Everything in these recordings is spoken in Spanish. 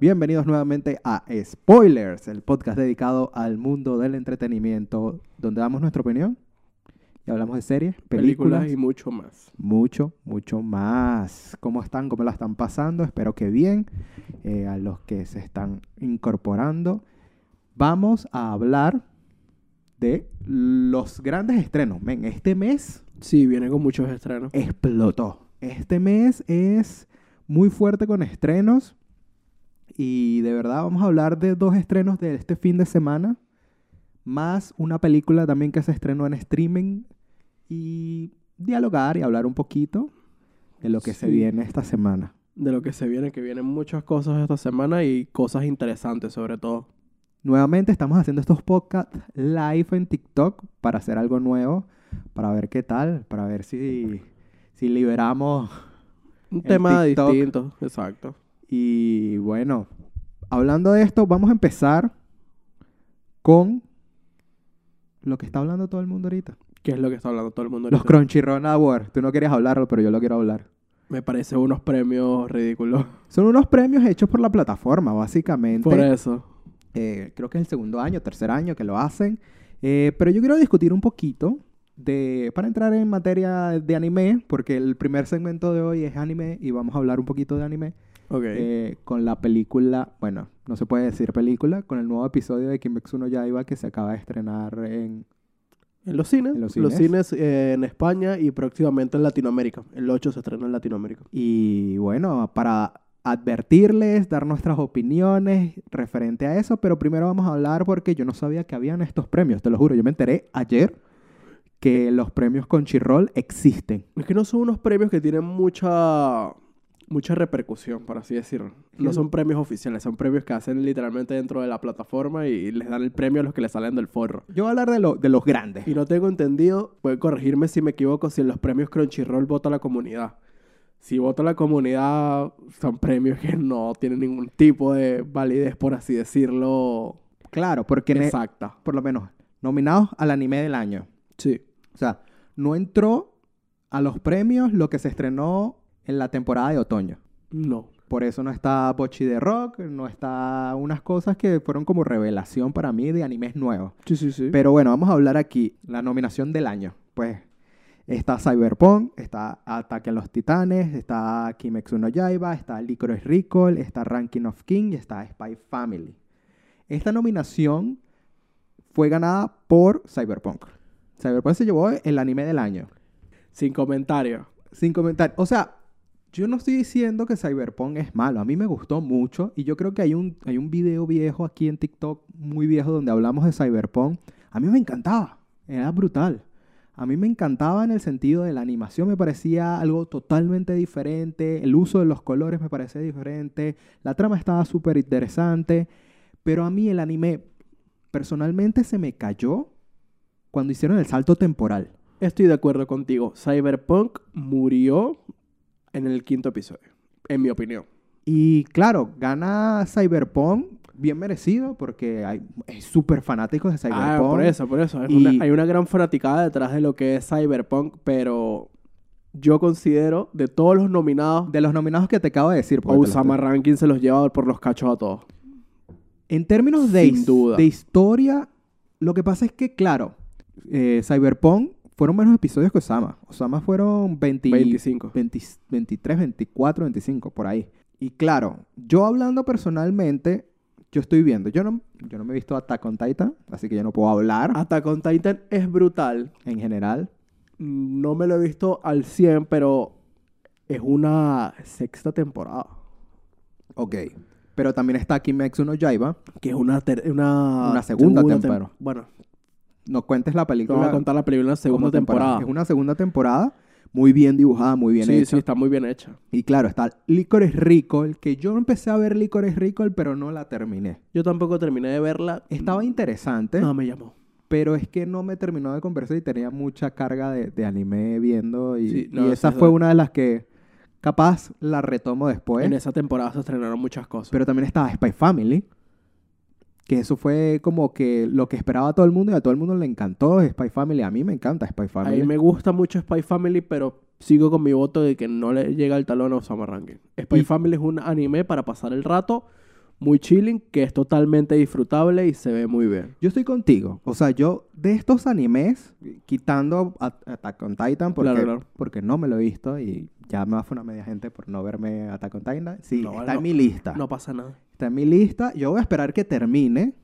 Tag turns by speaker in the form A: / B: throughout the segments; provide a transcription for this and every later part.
A: Bienvenidos nuevamente a Spoilers, el podcast dedicado al mundo del entretenimiento, donde damos nuestra opinión y hablamos de series, películas,
B: y mucho más.
A: mucho, mucho más. ¿Cómo están? ¿Cómo la están pasando? Espero que bien. Eh, a los que se están incorporando, vamos a hablar de los grandes estrenos. Men, este mes
B: Sí, viene con muchos estrenos.
A: Eh. explotó. Este mes es muy fuerte con estrenos y de verdad vamos a hablar de dos estrenos de este fin de semana, más una película también que se estrenó en streaming y dialogar y hablar un poquito de lo que se
B: Sí.
A: viene esta semana.
B: De lo que se viene, que vienen muchas cosas esta semana y cosas interesantes sobre todo.
A: Nuevamente estamos haciendo estos podcasts live en TikTok para hacer algo nuevo, para ver qué tal, para ver si, si liberamos
B: Un
A: El
B: tema
A: TikTok.
B: distinto, exacto.
A: Y bueno, hablando de esto, vamos a empezar con lo que está hablando todo el mundo ahorita.
B: ¿Qué es lo que está hablando todo el mundo
A: Los
B: ahorita?
A: Crunchyroll Awards. Tú no querías hablarlo, pero yo lo quiero hablar.
B: Me parece unos premios ridículos.
A: Son unos premios hechos por la plataforma, básicamente.
B: Por eso.
A: Eh, creo que es el segundo año, tercer año que lo hacen. Eh, pero yo quiero discutir un poquito de, para entrar en materia de anime, porque el primer segmento de hoy es anime y vamos a hablar un poquito de anime.
B: Ok.
A: eh, con la película, bueno, no se puede decir película, con el nuevo episodio de Kimetsu no Yaiba que se acaba de estrenar en...
B: en los cines.
A: en los
B: Los cines eh, en España y próximamente en Latinoamérica. El 8 se estrena en Latinoamérica.
A: Y bueno, para advertirles, dar nuestras opiniones referente a eso, pero primero vamos a hablar porque yo no sabía que habían estos premios, te lo juro, yo me enteré ayer que los premios con Chirrol existen.
B: Es que no son unos premios que tienen mucha mucha repercusión, por así decirlo. No
A: Sí.
B: son premios oficiales, son premios que hacen literalmente dentro de la plataforma y les dan el premio a los que le salen del forro.
A: Yo voy a hablar de, lo- de los grandes.
B: Y no tengo entendido, pueden corregirme si me equivoco, si en los premios Crunchyroll vota la comunidad. Si vota la comunidad, son premios que no tienen ningún tipo de validez, por así decirlo,
A: Claro, porque en-
B: exacta.
A: por lo menos nominados al anime del año.
B: Sí.
A: O sea, no entró a los premios lo que se estrenó en la temporada de otoño.
B: No.
A: Por eso no está Bochi de Rock, no está unas cosas que fueron como revelación para mí de animes nuevos.
B: Sí, sí, sí.
A: Pero bueno, vamos a hablar aquí, la nominación del año. Pues está Cyberpunk, está Ataque a los Titanes, está Kimetsu no Yaiba, está Licorice Recall, está Ranking of King y está Spy Family. Esta nominación fue ganada por Cyberpunk. Cyberpunk se llevó el anime del año.
B: Sin comentarios.
A: Sin comentar. O sea, yo no estoy diciendo que Cyberpunk es malo. A mí me gustó mucho. Y yo creo que hay un, hay un video viejo aquí en TikTok, muy viejo, donde hablamos de Cyberpunk. A mí me encantaba. Era brutal. A mí me encantaba en el sentido de la animación, me parecía algo totalmente diferente, el uso de los colores me parecía diferente, la trama estaba súper interesante, pero a mí el anime personalmente se me cayó cuando hicieron el salto temporal.
B: Estoy de acuerdo contigo. Cyberpunk murió en el quinto episodio, en mi opinión.
A: Y claro, gana Cyberpunk bien merecido porque hay, es súper fanático de Cyberpunk.
B: Ah, por eso, por eso. Es
A: Y-
B: una- hay una gran fanaticada detrás de lo que es Cyberpunk, pero yo considero de todos los nominados,
A: De los nominados que te acabo de decir. porque te los
B: Osama Rankin se los lleva por los cachos a todos.
A: estoy- En términos de,
B: Sin
A: his-
B: duda.
A: de historia, lo que pasa es que, claro, eh, Cyberpunk fueron menos episodios que Osama. Osama fueron 20
B: 25.
A: 20 23, 24, 25, por ahí. Y claro, yo hablando personalmente, yo estoy viendo. Yo no, yo no me he visto Attack on Titan, así que yo no puedo hablar
B: Hasta con Titan es brutal.
A: en general.
B: No me lo he visto al 100, pero es una sexta temporada.
A: Ok. Pero también está Kimetsu no Yaiba.
B: Que es una, ter- una,
A: Una segunda
B: tem-
A: temporada.
B: Bueno,
A: No cuentes la
B: te
A: película.
B: voy a contar la película en la
A: como
B: segunda temporada.
A: Es una segunda temporada muy bien dibujada, muy bien
B: sí,
A: hecha.
B: sí, está muy bien hecha.
A: Y claro, está Licores Recall, que yo empecé a ver Licores Recall, pero no la terminé.
B: Yo tampoco terminé de verla.
A: Estaba interesante,
B: No, me llamó.
A: pero es que no me terminó de conversar y tenía mucha carga de, de anime viendo. Y,
B: Sí,
A: y
B: no,
A: esa
B: sí,
A: fue
B: sí.
A: una de las que capaz la retomo después.
B: En esa temporada se estrenaron muchas cosas.
A: Pero también estaba Spy Family. Que eso fue como que lo que esperaba todo el mundo y a todo el mundo le encantó Spy Family. A mí me encanta Spy
B: a
A: Family.
B: mí me gusta mucho Spy Family, pero sigo con mi voto de que no le llega el talón a Osama Rankin. Spy
A: Y-
B: Family es un anime para pasar el rato, muy chilling, que es totalmente disfrutable y se ve muy bien.
A: Yo estoy contigo. O sea, yo de estos animes, quitando a- Attack on Titan, porque,
B: Claro, claro.
A: porque no me lo he visto y ya me va a una media gente por no verme Attack on Titan. Sí,
B: No,
A: está
B: no.
A: en mi lista.
B: No pasa nada.
A: Está en mi lista. Yo voy a esperar que termine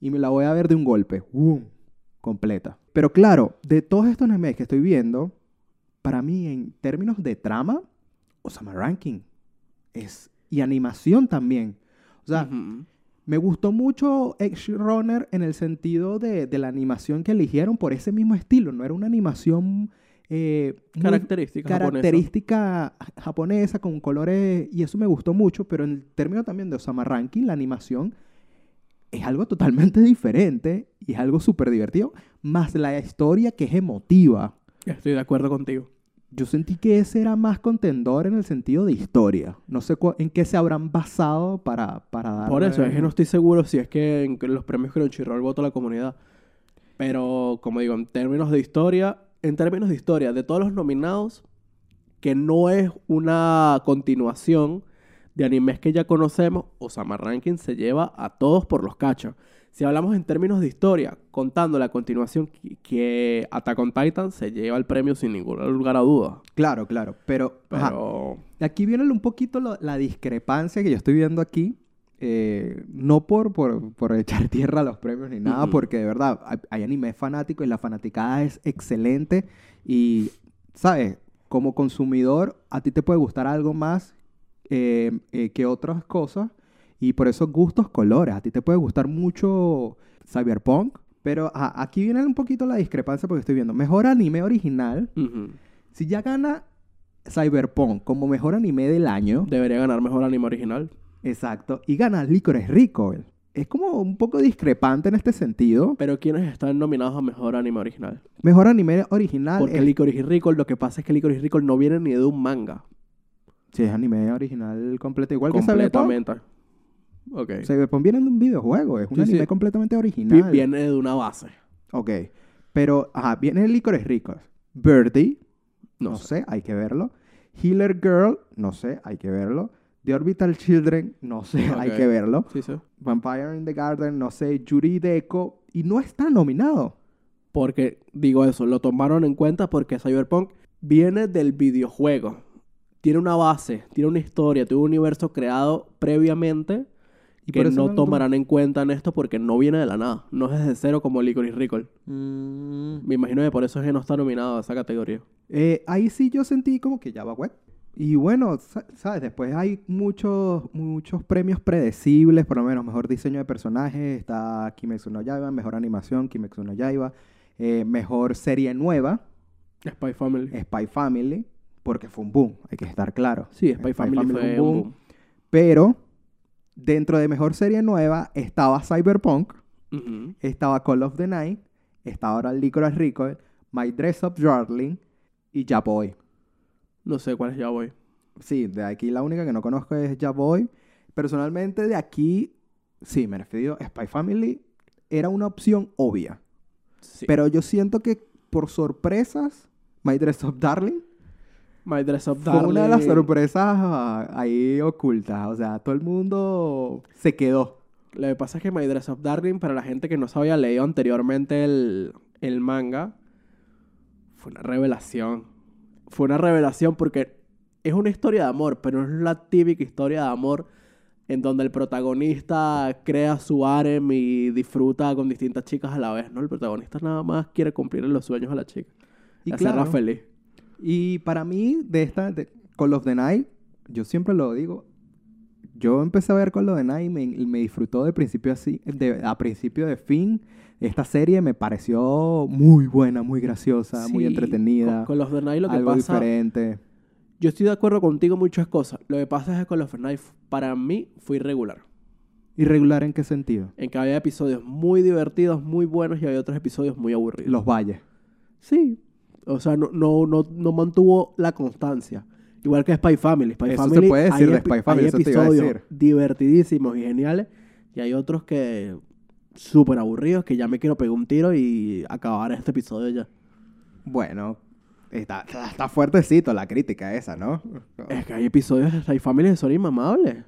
A: y me la voy a ver de un golpe. ¡Bum! Completa. Pero claro, de todos estos animes que estoy viendo, para mí en términos de trama, Osama Ranking es y animación también. O sea,
B: Ujú.
A: me gustó mucho Edge Runner en el sentido de, de la animación que eligieron por ese mismo estilo. No era una animación eh, muy
B: Característica japonesa.
A: característica japonesa con colores y eso me gustó mucho, pero en el término también de Osama Rankin, la animación es algo totalmente diferente y es algo súper divertido, más la historia que es emotiva.
B: Estoy de acuerdo contigo.
A: Yo sentí que ese era más contendor en el sentido de historia. No sé cua- en qué se habrán basado para, para dar...
B: Por eso, es que no estoy seguro si es que en los premios Crunchyroll votó la comunidad. Pero, como digo, en términos de historia, en términos de historia, de todos los nominados, que no es una continuación de animes que ya conocemos, Osama Rankin se lleva a todos por los cachos. Si hablamos en términos de historia, contando la continuación que- que Attack on Titan se lleva el premio sin ningún lugar a dudas.
A: Claro, claro, pero...
B: Pero...
A: ajá. Aquí viene un poquito lo- la discrepancia que yo estoy viendo aquí. eh, no por, por, por echar tierra a los premios ni nada,
B: Ujú.
A: porque de verdad hay, hay anime fanático y la fanaticada es excelente. Y, ¿sabes? Como consumidor, a ti te puede gustar algo más eh, eh, que otras cosas. Y por eso gustos, colores. A ti te puede gustar mucho Cyberpunk. Pero ah, aquí viene un poquito la discrepancia porque estoy viendo. Mejor anime original.
B: ujú.
A: Si ya gana Cyberpunk como mejor anime del año,
B: Debería ganar mejor anime original.
A: exacto, y gana Licores Rico, es como un poco discrepante en este sentido.
B: Pero ¿quiénes están nominados a mejor anime original?
A: Mejor anime original
B: Porque
A: es,
B: Licorice y Recall, lo que pasa es que Licorice y Recall no viene ni de un manga.
A: Sí, es anime original completo, igual
B: completamente. Ok.
A: que Cyberpunk. Cyberpunk viene de un videojuego, es un
B: Sí, sí.
A: anime completamente
B: Vi-
A: original.
B: Viene de una base.
A: Ok, pero ajá, viene Licores Ricos. Birdie,
B: No,
A: no
B: sé.
A: sé, hay que verlo. Healer Girl, no sé, hay que verlo. The Orbital Children, no sé, hay
B: Ok.
A: que verlo.
B: Sí, sí.
A: Vampire in the Garden, no sé, Yuri Deco, y no está nominado.
B: Porque, digo eso, lo tomaron en cuenta porque Cyberpunk viene del videojuego. Tiene una base, tiene una historia, tiene un universo creado previamente
A: Y
B: que
A: por eso
B: no
A: lo-
B: tomarán en cuenta en esto porque no viene de la nada. No es desde cero como Licorice Recall. Me imagino que por eso es que no está nominado a esa categoría.
A: Eh, ahí sí yo sentí como que ya va web. Y bueno, sa- sabes, después hay muchos, muchos premios predecibles, por lo menos mejor diseño de personajes, está Kimetsu no Yaiba, mejor animación, Kimetsu no Yaiba, eh, mejor serie nueva,
B: Spy Family.
A: Spy Family, porque fue un boom, hay que estar claro.
B: Sí, Spy, Family, fue un boom.
A: Pero dentro de mejor serie nueva estaba Cyberpunk,
B: Ujú.
A: estaba Call of the Night, estaba ahora Licorice Rico, My Dress Up Darling y Ya Boy.
B: No sé cuál es ya voy.
A: Sí, de aquí la única que no conozco es Ya Boy. Personalmente de aquí, sí, me refiero a Spy Family, era una opción obvia.
B: Sí.
A: Pero yo siento que por sorpresas, My Dress Up Darling,
B: My Dress Up
A: fue una de las
B: Darling,
A: sorpresas ah, ahí ocultas. O sea, todo el mundo se quedó.
B: Lo que pasa es que My Dress Up Darling, para la gente que no se había leído anteriormente el, el manga, fue una revelación. Fue una revelación porque es una historia de amor, pero no es la típica historia de amor en donde el protagonista crea su harem y disfruta con distintas chicas a la vez, ¿no? El protagonista nada más quiere cumplir los sueños a la chica y
A: Y
B: hacerla
A: claro,
B: feliz.
A: Y para mí, de esta, de Call of the Night, yo siempre lo digo, yo empecé a ver Call of the Night y me, y me disfrutó de principio así, de, a principio de fin. Esta serie me pareció muy buena, muy graciosa, muy
B: Sí,
A: entretenida,
B: Con, con los de Night lo que
A: algo
B: pasa
A: diferente.
B: Yo estoy de acuerdo contigo en muchas cosas. Lo que pasa es que con los Fortnite, para mí, fue irregular.
A: ¿Irregular en qué sentido?
B: En que había episodios muy divertidos, muy buenos, y había otros episodios muy aburridos.
A: Los valles.
B: Sí. O sea, no, no, no, no mantuvo la constancia. Igual que Spy Family. Spy
A: Eso se
B: Family,
A: puede decir
B: hay
A: de
B: epi-
A: Spy Family,
B: hay
A: eso te iba a
B: episodios
A: decir.
B: divertidísimos y geniales, y hay otros que súper aburridos, que ya me quiero pegar un tiro y acabar este episodio ya.
A: Bueno, está, está fuertecito la crítica esa, ¿no?
B: Es que hay episodios de Spy Family que son inmamables.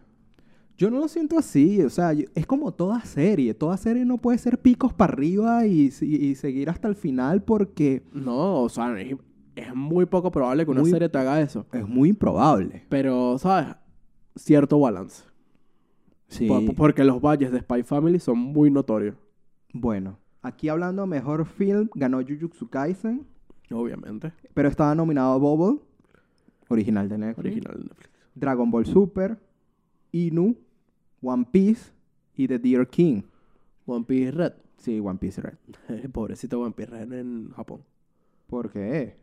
A: Yo no lo siento así, o sea, yo- es como toda serie. Toda serie no puede ser picos para arriba y, si- y seguir hasta el final porque
B: No, o sea, es, es muy poco probable que una
A: Muy-
B: serie te haga eso.
A: es muy improbable.
B: Pero, ¿sabes? Cierto balance.
A: Sí.
B: Po- po- Porque los valles de Spy Family son muy notorios.
A: Bueno, aquí hablando mejor film, ganó Jujutsu Kaisen,
B: Obviamente.
A: pero estaba nominado Bubble, original de Netflix,
B: Original de Netflix.
A: Dragon Ball Super, Inu, One Piece y The Deer King.
B: One Piece Red.
A: Sí, One Piece Red.
B: Pobrecito One Piece Red en Japón.
A: ¿Por qué?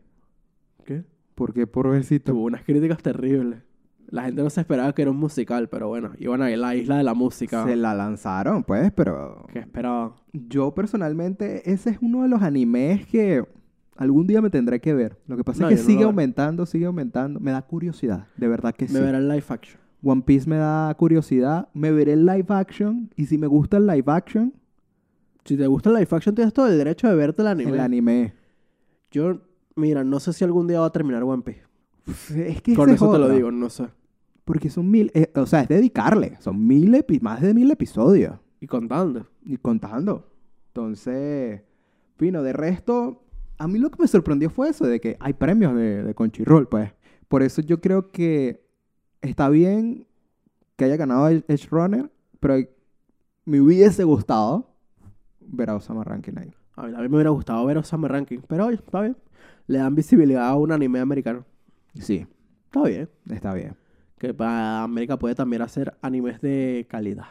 B: ¿Qué?
A: ¿Por qué pobrecito?
B: Tuvo unas críticas terribles. La gente no se esperaba que era un musical, pero bueno, iban a la isla de la música.
A: Se la lanzaron, pues, pero...
B: ¿Qué esperaban?
A: Yo personalmente, ese es uno de los animes que algún día me tendré que ver. Lo que pasa
B: No,
A: es
B: yo
A: que
B: no
A: sigue
B: lo-
A: aumentando, sigue aumentando. Me da curiosidad, de verdad que sí.
B: Me verá el live action.
A: One Piece me da curiosidad. Me veré el live action. Y si me gusta el live action,
B: Si te gusta el live action, tienes todo el derecho de verte el anime.
A: el anime.
B: Yo, mira, no sé si algún día va a terminar One Piece.
A: Uf, Es que
B: Con
A: esa
B: eso
A: es
B: te lo
A: otra.
B: digo, no sé.
A: Porque son mil. eh, o sea, es dedicarle. Son mil epi- más de mil episodios.
B: Y contando.
A: Y contando. Entonces, fino, de resto, a mí lo que me sorprendió fue eso, de que hay premios de, de Conchirrol, pues. Por eso yo creo que está bien que haya ganado el Edge Runner, pero me hubiese gustado ver a Osama Rankin ahí.
B: A mí también me hubiera gustado ver Osama Ranking, pero oye, está bien. Le dan visibilidad a un anime americano.
A: Sí,
B: Está bien.
A: está bien.
B: Que para América puede también hacer animes de calidad.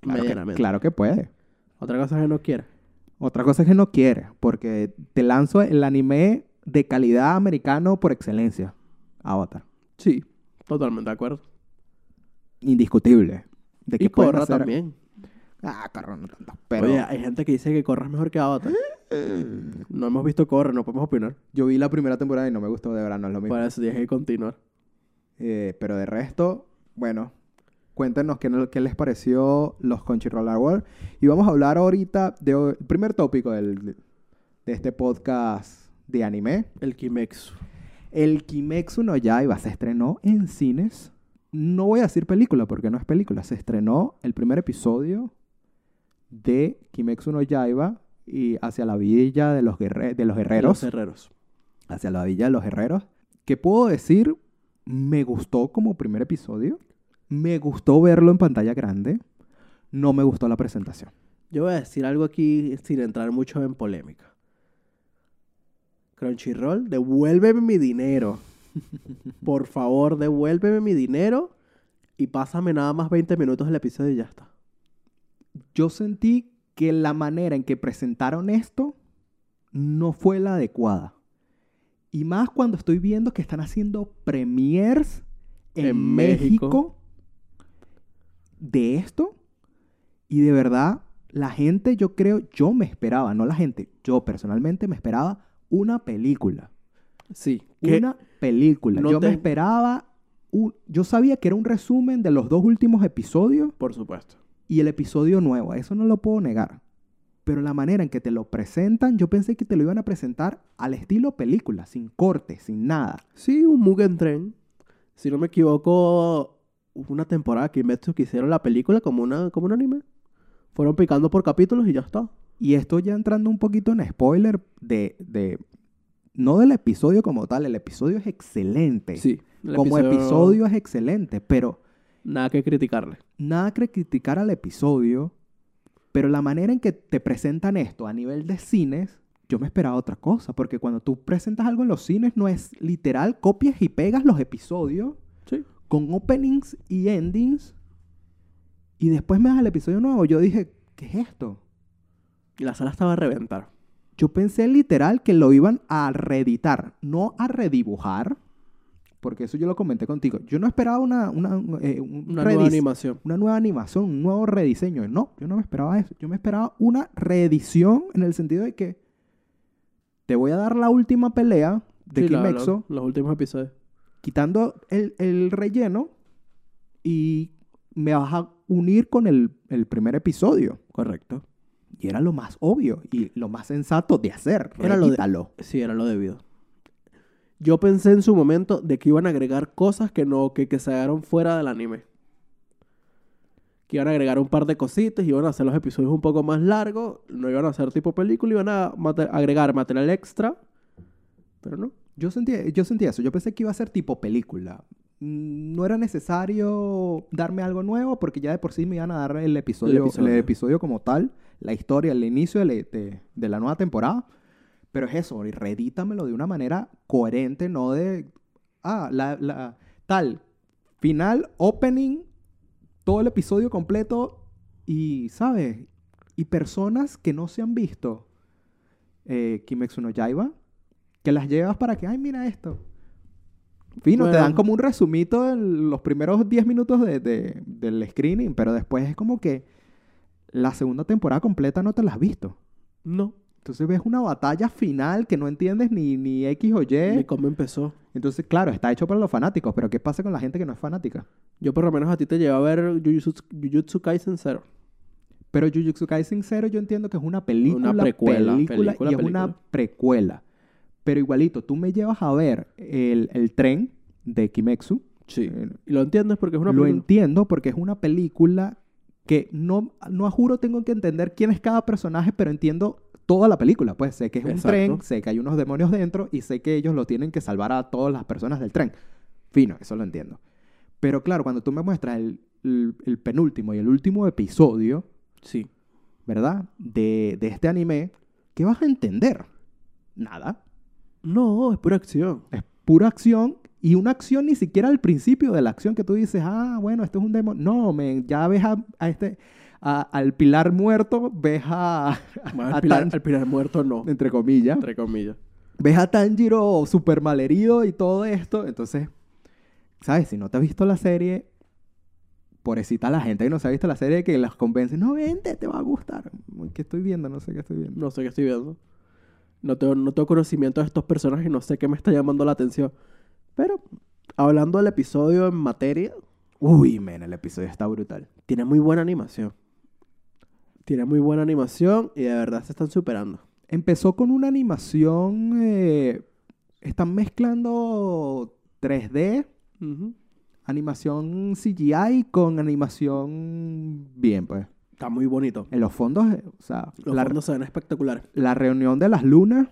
A: Claro que,
B: Medianamente.
A: claro que puede.
B: Otra cosa que no quiera.
A: Otra cosa es que no quiere, porque te lanzo el anime de calidad americano por excelencia. Avatar.
B: Sí, totalmente de acuerdo.
A: Indiscutible. De
B: Y
A: pueden
B: Corra
A: hacer-
B: también.
A: Ah, Corra no tanto. Pero Eh.
B: Oye, hay gente que dice que Corra es mejor que Avatar. No hemos visto Corra, no podemos opinar.
A: yo vi la primera temporada y no me gustó, de verdad, no es lo mismo.
B: Por eso tienes que continuar.
A: Eh, pero de resto, bueno, cuéntenos qué, no- qué les pareció los Crunchyroll Awards. Y vamos a hablar ahorita del primer tópico del- de este podcast de anime.
B: El Kimetsu.
A: El Kimetsu no Yaiba se estrenó en cines. No voy a decir película porque no es película. Se estrenó el primer episodio de Kimetsu no Yaiba y hacia la villa de los, guerre- de los
B: Los
A: guerreros.
B: herreros.
A: Hacia la villa de los guerreros. ¿Qué puedo decir? Me gustó como primer episodio. Me gustó verlo en pantalla grande. No me gustó la presentación.
B: Yo voy a decir algo aquí sin entrar mucho en polémica. Crunchyroll, devuélveme mi dinero. Por favor, devuélveme mi dinero y pásame nada más 20 minutos del episodio y ya está.
A: Yo sentí que la manera en que presentaron esto no fue la adecuada. Y más cuando estoy viendo que están haciendo premiers en,
B: En México.
A: México. de esto. Y de verdad, la gente, yo creo, yo me esperaba, no la gente, yo personalmente me esperaba una película.
B: Sí.
A: Una película.
B: no
A: yo me
B: te-
A: esperaba, un- yo sabía que era un resumen de los dos últimos episodios
B: Por supuesto.
A: y el episodio nuevo. Eso no lo puedo negar. Pero la manera en que te lo presentan, yo pensé que te lo iban a presentar al estilo película, sin corte, sin nada.
B: Sí, un Mugen Train. Si no me equivoco, hubo una temporada que Kimetsu que hicieron la película como, una, como un anime. Fueron picando por capítulos y ya está.
A: Y esto ya entrando un poquito en spoiler de... de no del episodio como tal, el episodio es excelente.
B: el
A: como episodio es excelente, pero
B: Nada que criticarle.
A: nada que criticar al episodio, pero la manera en que te presentan esto a nivel de cines, yo me esperaba otra cosa, porque cuando tú presentas algo en los cines no es literal, copias y pegas los episodios
B: Sí.
A: con openings y endings y después me das el episodio nuevo. Yo dije, ¿qué es esto?
B: Y la sala estaba a reventar.
A: Yo pensé literal que lo iban a reeditar, no a redibujar, porque eso yo lo comenté contigo. Yo no esperaba una, una, eh, un
B: Una nueva
A: redis-
B: animación.
A: una nueva animación, un nuevo rediseño. No, yo no me esperaba eso. Yo me esperaba una reedición en el sentido de que te voy a dar la última pelea de
B: Sí, la- la-
A: Kimetsu,
B: los últimos episodios.
A: quitando el, el relleno y me vas a unir con el, el primer episodio.
B: Correcto.
A: Y era lo más obvio y lo más sensato de hacer.
B: Era lo de-
A: Reedítalo.
B: Sí, era lo debido. Yo pensé en su momento de que iban a agregar cosas que no, que, que se quedaron fuera del anime. que iban a agregar un par de cositas, iban a hacer los episodios un poco más largos, no iban a hacer tipo película, iban a mate- agregar material extra, pero no.
A: Yo sentí, yo sentí eso. Yo pensé que iba a ser tipo película. Mm, No era necesario darme algo nuevo porque ya de por sí me iban a dar el episodio, el episodio.
B: episodio.
A: como tal, la historia, el inicio de, la- de- de la nueva temporada. Pero es eso, y reedítamelo de una manera coherente, no de. Ah, la, la- tal. Final, opening, todo el episodio completo y, ¿sabes? Y personas que no se han visto eh, Kimetsu no Yaiba, que las llevas para que, ay, mira esto. Fino, te
B: Bueno.
A: dan como un resumito de los primeros 10 minutos de- de- del screening, pero después es como que la segunda temporada completa no te la has visto.
B: No.
A: Entonces ves una batalla final que no entiendes ni, ni X o Y.
B: Ni cómo empezó.
A: Entonces, claro, está hecho para los fanáticos, pero ¿qué pasa con la gente que no es fanática?
B: Yo por lo menos a ti te llevé a ver Jujutsu, Jujutsu Kaisen Zero.
A: Pero Jujutsu Kaisen Zero yo entiendo que es una película,
B: precuela,
A: película,
B: película,
A: y es una
B: película.
A: precuela. Pero igualito, tú me llevas a ver el, el tren de Kimetsu.
B: Sí.
A: Eh,
B: Y lo entiendes porque es una
A: Lo
B: película.
A: entiendo porque es una película que no, no a juro tengo que entender quién es cada personaje, pero entiendo toda la película. Pues sé que es un
B: Exacto.
A: tren, sé que hay unos demonios dentro y sé que ellos lo tienen que salvar a todas las personas del tren. Fino, eso lo entiendo. Pero claro, cuando tú me muestras el, el- el penúltimo y el último episodio,
B: Sí.
A: ¿verdad? De, de este anime, ¿qué vas a entender? Nada.
B: No, es pura acción.
A: Es pura acción y una acción ni siquiera al principio de la acción que tú dices, ah, bueno, esto es un demonio. No, men, ya ves a, a este, a- al pilar muerto, ves a,
B: Bueno,
A: a
B: al, pilar,
A: Tan-
B: al pilar muerto no.
A: entre comillas,
B: Entre comillas.
A: ves a Tanjiro super malherido y todo esto. Entonces, ¿sabes? Si no te has visto la serie, pobrecita la gente que no se ha visto la serie que las convence, no, vente, te va a gustar. ¿Qué estoy viendo? No sé qué estoy viendo.
B: No sé qué estoy viendo. No tengo, no tengo conocimiento de estos personajes y no sé qué me está llamando la atención. Pero, hablando del episodio en materia,
A: Uy, men, el episodio está brutal.
B: tiene muy buena animación. Tiene muy buena animación y de verdad se están superando.
A: Empezó con una animación. eh, están mezclando 3D, animación CGI con animación bien, pues.
B: Está muy bonito.
A: En los fondos, eh, o sea,
B: Los
A: la,
B: fondos se ven espectaculares.
A: la reunión de las lunas.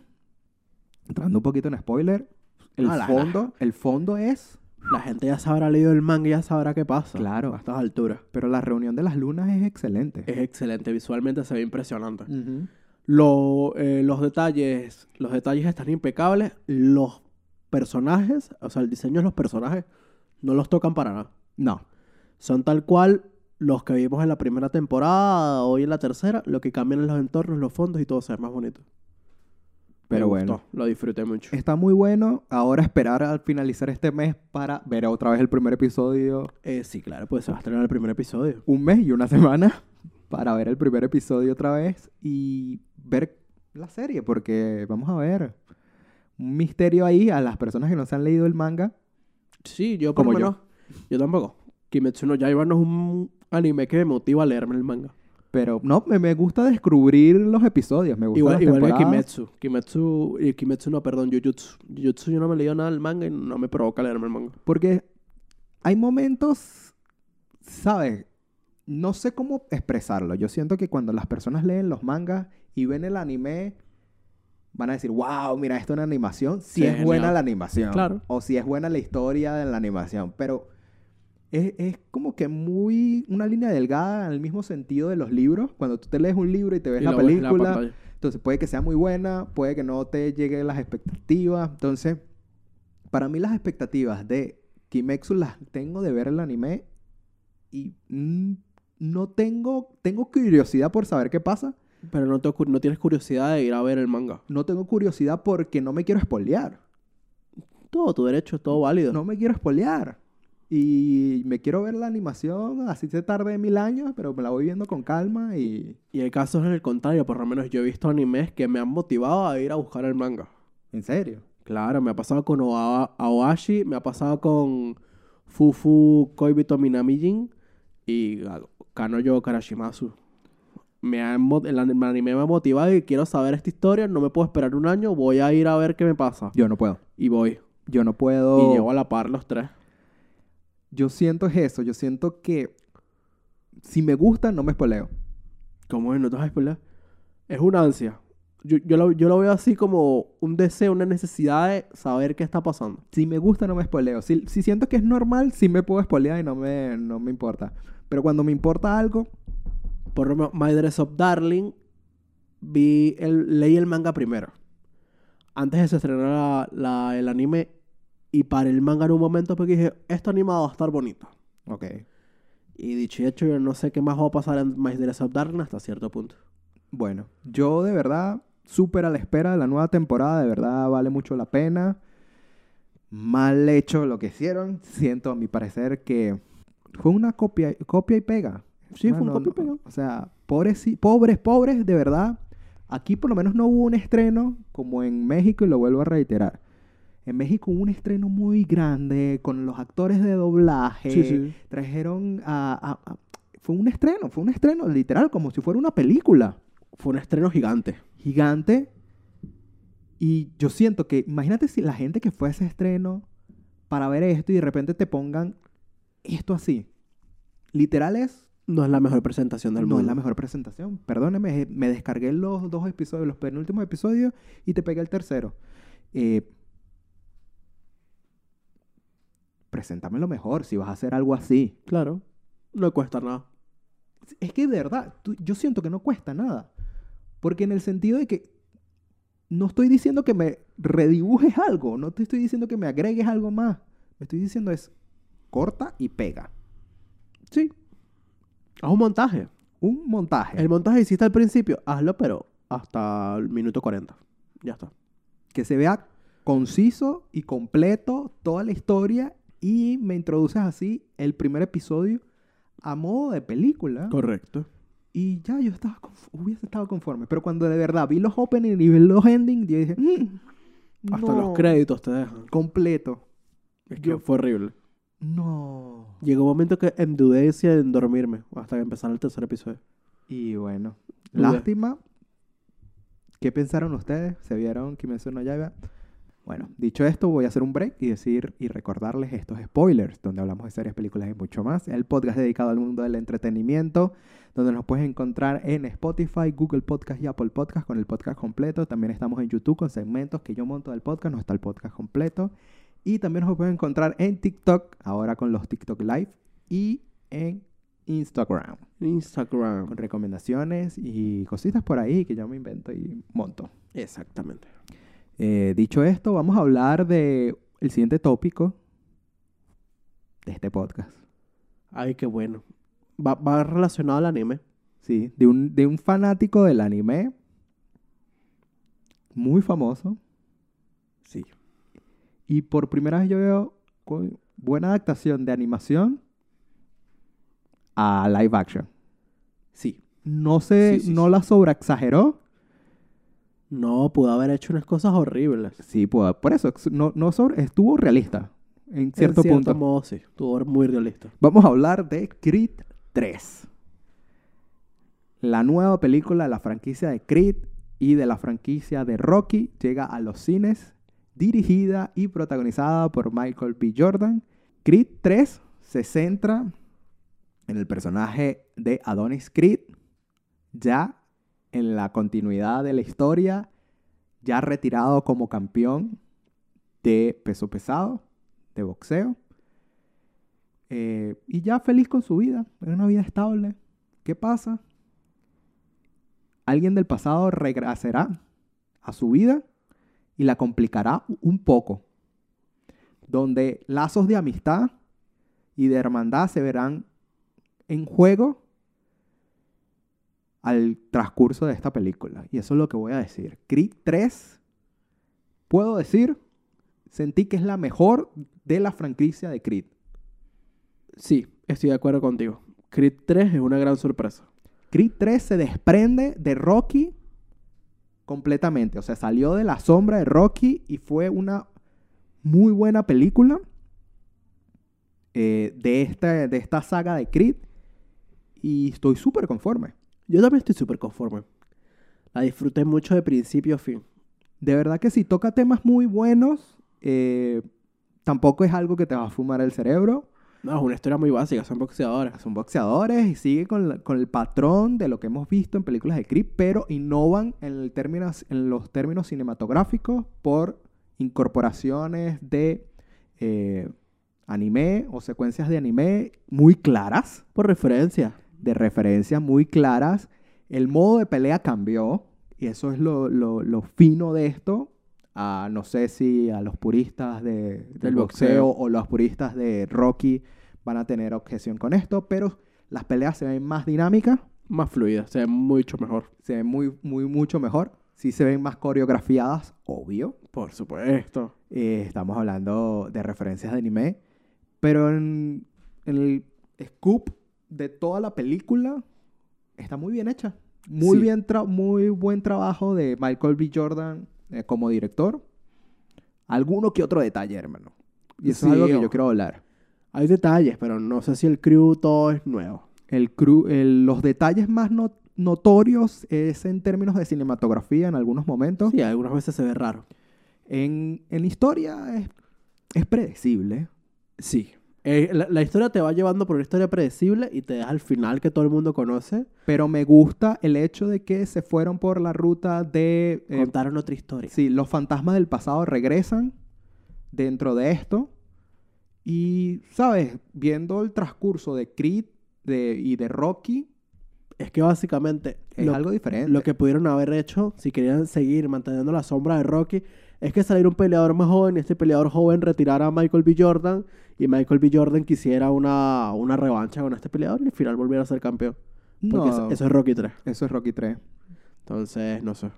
A: Entrando un poquito en spoiler. El
B: Ah, la-
A: fondo, el fondo es.
B: La gente ya sabrá leído el manga y ya sabrá qué pasa.
A: Claro.
B: A estas alturas.
A: Pero la reunión de las lunas es excelente.
B: Es excelente. Visualmente se ve impresionante.
A: Ujú.
B: Lo- eh, los detalles, los detalles están impecables. Los personajes, o sea, el diseño de los personajes, no los tocan para nada.
A: No.
B: Son tal cual los que vimos en la primera temporada, hoy en la tercera. Lo que cambian es los entornos, los fondos y todo se ve más bonito.
A: Pero
B: Me
A: bueno.
B: gustó, lo disfruté mucho.
A: Está muy bueno. Ahora esperar al finalizar este mes para ver otra vez el primer episodio.
B: Eh, sí, claro, pues se va a estrenar el primer episodio.
A: un mes y una semana para ver el primer episodio otra vez y ver la serie, porque vamos a ver un misterio ahí a las personas que no se han leído el manga.
B: Sí, yo por lo
A: Como yo.
B: menos. Yo tampoco. Kimetsu no Yaiba no es un anime que me motiva a leerme el manga.
A: Pero no, me, me gusta descubrir los episodios, me gusta
B: Igual,
A: las
B: igual que
A: temporadas.
B: Kimetsu. Kimetsu, y Kimetsu no, perdón, Jujutsu. Jujutsu yo no me he leído nada del manga y no me provoca leerme el manga.
A: Porque hay momentos, ¿sabes? No sé cómo expresarlo. Yo siento que cuando las personas leen los mangas y ven el anime, van a decir, wow, mira, esto es una animación. Si
B: Sí,
A: es buena
B: genial.
A: la animación.
B: Claro.
A: O si es buena la historia de la animación. Pero es, es como que muy una línea delgada en el mismo sentido de los libros. Cuando tú te lees un libro y te ves
B: Y
A: la
B: lo ves en la
A: película,
B: pantalla.
A: entonces puede que sea muy buena, puede que no te lleguen las expectativas. Entonces, para mí las expectativas de Kimetsu las tengo de ver el anime y mm, no tengo, tengo curiosidad por saber qué pasa.
B: Pero no, te ocu- no tienes curiosidad de ir a ver el manga.
A: No tengo curiosidad porque no me quiero espolear.
B: Todo tu derecho, es todo válido.
A: No me quiero espolear. Y me quiero ver la animación, así se tarde mil años, pero me la voy viendo con calma y...
B: Y hay casos en el contrario, por lo menos yo he visto animes que me han motivado a ir a buscar el manga.
A: En serio.
B: Claro, me ha pasado con Oa- Aoashi, me ha pasado con Fufu Koibito Minamijin y ah, Kanoyo Karashimasu. Me han mo- el an- el anime me ha motivado y quiero saber esta historia, no me puedo esperar un año, voy a ir a ver qué me pasa.
A: Yo no puedo.
B: Y voy.
A: Yo no puedo...
B: Y llego a la par los tres.
A: Yo siento es eso, yo siento que si me gusta, no me espoleo.
B: ¿Cómo es? ¿No te vas a spoilear? Es una ansia. Yo, yo, lo, yo lo veo así como un deseo, una necesidad de saber qué está pasando.
A: Si me gusta, no me espoleo. Si, si siento que es normal, sí me puedo espolear y no me, no me importa. Pero cuando me importa algo,
B: Por lo menos, My Dress Up Darling, vi el, leí el manga primero. Antes de se estrenara la- la- el anime. Y para el manga en un momento porque dije, esto animado va a estar bonito.
A: ok.
B: Y dicho y hecho, yo no sé qué más va a pasar en My Dress Up Darling hasta cierto punto.
A: Bueno, yo de verdad, súper a la espera de la nueva temporada, de verdad vale mucho la pena. Mal hecho lo que hicieron. Siento, a mi parecer, que fue una copia, copia y pega.
B: Sí, fue un
A: Mano,
B: copia y
A: no-
B: pega.
A: O sea, pobres, sí- pobres, pobres, de verdad. Aquí por lo menos no hubo un estreno como en México, y lo vuelvo a reiterar. En México hubo un estreno muy grande con los actores de doblaje trajeron a, a- a- Fue un estreno, fue un estreno literal, como si fuera una película
B: Fue un estreno gigante.
A: gigante. Y yo siento que, imagínate si la gente que fue a ese estreno para ver esto y de repente te pongan esto así. Literal es,
B: No es la mejor presentación del
A: no
B: mundo.
A: es la mejor presentación. Perdóneme, eh, me descargué los dos episodios, los penúltimos episodios y te pegué el tercero. Eh, preséntame lo mejor si vas a hacer algo así.
B: Claro. No cuesta nada.
A: Es que de verdad, tú- yo siento que no cuesta nada. Porque en el sentido de que no estoy diciendo que me redibujes algo, no te estoy diciendo que me agregues algo más. Me estoy diciendo es corta y pega.
B: Sí. Haz un montaje.
A: Un montaje
B: El montaje hiciste al principio. Hazlo, pero hasta el minuto 40. Ya está.
A: que se vea conciso y completo toda la historia y me introduces así el primer episodio a modo de película.
B: Correcto.
A: Y ya yo estaba conf- hubiese estado conforme. Pero cuando de verdad vi los openings y vi los endings, yo dije, "Mm,
B: Hasta
A: no,
B: los créditos te dejan.
A: completo.
B: Es
A: Yo-
B: que fue horrible.
A: No.
B: Llegó un momento que endudecía en dormirme hasta que empezara el tercer episodio.
A: Y bueno,
B: Dudé.
A: lástima. ¿Qué pensaron ustedes? ¿Se vieron Kimetsu no Yaiba? Bueno, dicho esto, voy a hacer un break y decir y recordarles estos spoilers, donde hablamos de series, películas y mucho más. El podcast dedicado al mundo del entretenimiento, donde nos puedes encontrar en Spotify, Google Podcast y Apple Podcast con el podcast completo. También estamos en YouTube con segmentos que yo monto del podcast, no está el podcast completo. Y también nos puedes encontrar en TikTok, ahora con los TikTok Live, y en Instagram
B: Instagram.
A: con recomendaciones y cositas por ahí que yo me invento y monto.
B: Exactamente.
A: Eh, dicho esto, vamos a hablar de el siguiente tópico de este podcast.
B: Ay, qué bueno. Va, va relacionado al anime.
A: Sí, de un, de un fanático del anime muy famoso.
B: Sí.
A: Y por primera vez yo veo co- buena adaptación de animación a live action.
B: Sí.
A: No se,
B: Sí, sí,
A: no
B: sí.
A: la sobreexageró.
B: No, pudo haber hecho unas cosas horribles.
A: Sí, pues, por eso, ex- no, no sobre, estuvo realista en cierto,
B: en cierto
A: punto.
B: modo, sí. Estuvo muy realista.
A: Vamos a hablar de Creed 3. La nueva película de la franquicia de Creed y de la franquicia de Rocky llega a los cines, dirigida y protagonizada por Michael B. Jordan. Creed 3 se centra en el personaje de Adonis Creed, ya en la continuidad de la historia, ya retirado como campeón de peso pesado, de boxeo. Eh, y ya feliz con su vida, en una vida estable. ¿Qué pasa? Alguien del pasado regresará a su vida y la complicará un poco. Donde lazos de amistad y de hermandad se verán en juego al transcurso de esta película. Y eso es lo que voy a decir. Creed 3, puedo decir, sentí que es la mejor de la franquicia de Creed.
B: Sí, estoy de acuerdo contigo. Creed 3 es una gran sorpresa.
A: Creed 3 se desprende de Rocky completamente. O sea, salió de la sombra de Rocky y fue una muy buena película eh, de, esta, de esta saga de Creed. Y estoy súper conforme.
B: Yo también estoy súper conforme. La disfruté mucho de principio a fin.
A: De verdad que si toca temas muy buenos, eh, tampoco es algo que te va a fumar el cerebro.
B: No, es una historia muy básica, son boxeadoras.
A: Son boxeadores y sigue con, la- con el patrón de lo que hemos visto en películas de Creep, pero innovan en, el término- en los términos cinematográficos por incorporaciones de eh, anime o secuencias de anime muy claras,
B: Por referencia.
A: de referencias muy claras. El modo de pelea cambió y eso es lo, lo- lo fino de esto. A, no sé si a los puristas de- del
B: Del
A: boxeo,
B: boxeo.
A: o los puristas de Rocky van a tener objeción con esto, pero las peleas se ven más dinámicas,
B: Más fluida, se ve mucho mejor.
A: se ven muy, muy, mucho mejor. Sí se ven más coreografiadas, obvio.
B: Por supuesto.
A: Eh, estamos hablando de referencias de anime. Pero en, en el scoop de toda la película está muy bien hecha. Muy,
B: Sí.
A: bien tra- muy buen trabajo de Michael B. Jordan eh, como director. Alguno que otro detalle, hermano. Y eso
B: Sí,
A: es algo que
B: ojo.
A: yo quiero hablar.
B: Hay detalles, pero no sé si el crew todo es nuevo.
A: El cru- el- los detalles más no- notorios es en términos de cinematografía en algunos momentos.
B: Sí, algunas veces se ve raro.
A: En, en historia es, es predecible.
B: Sí. Eh, la, la historia te va llevando por una historia predecible y te deja al final que todo el mundo conoce
A: Pero me gusta el hecho de que se fueron por la ruta de... eh,
B: contaron otra historia.
A: sí, los fantasmas del pasado regresan dentro de esto. Y, ¿sabes? Viendo el transcurso de Creed de- y de Rocky,
B: Es que básicamente
A: es
B: lo,
A: algo diferente.
B: lo que pudieron haber hecho, si querían seguir manteniendo la sombra de Rocky, es que saliera un peleador más joven y este peleador joven retirara a Michael B. Jordan y Michael B. Jordan quisiera una, una revancha con este peleador y al final volviera a ser campeón. Porque
A: no,
B: eso, eso
A: eso,
B: es Rocky 3.
A: es Rocky 3.
B: Entonces, no sé.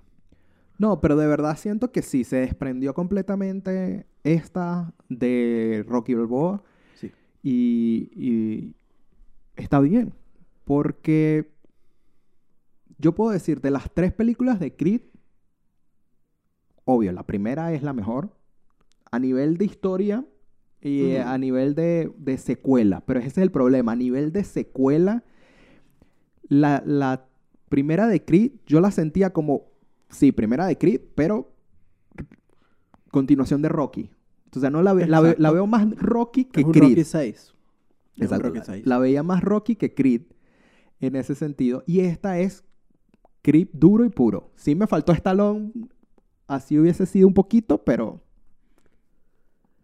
A: No, pero de verdad siento que sí, se desprendió completamente esta de Rocky Balboa.
B: Sí.
A: Y, y está bien. Porque yo puedo decir, de las tres películas de Creed, obvio, la primera es la mejor. A nivel de historia y eh,
B: Ujú.
A: a nivel de, de secuela. Pero ese es el problema. A nivel de secuela, la, la primera de Creed yo la sentía como, sí, primera de Creed, pero continuación de Rocky. O sea, no la, ve- la, ve- la
B: Exacto.
A: veo más Rocky que
B: Es un
A: Creed.
B: Rocky 6. Es un
A: Exacto.
B: Rocky 6.
A: La veía más Rocky que Creed en ese sentido. Y esta es Creed duro y puro. Sí me faltó Stallone, así hubiese sido un poquito, pero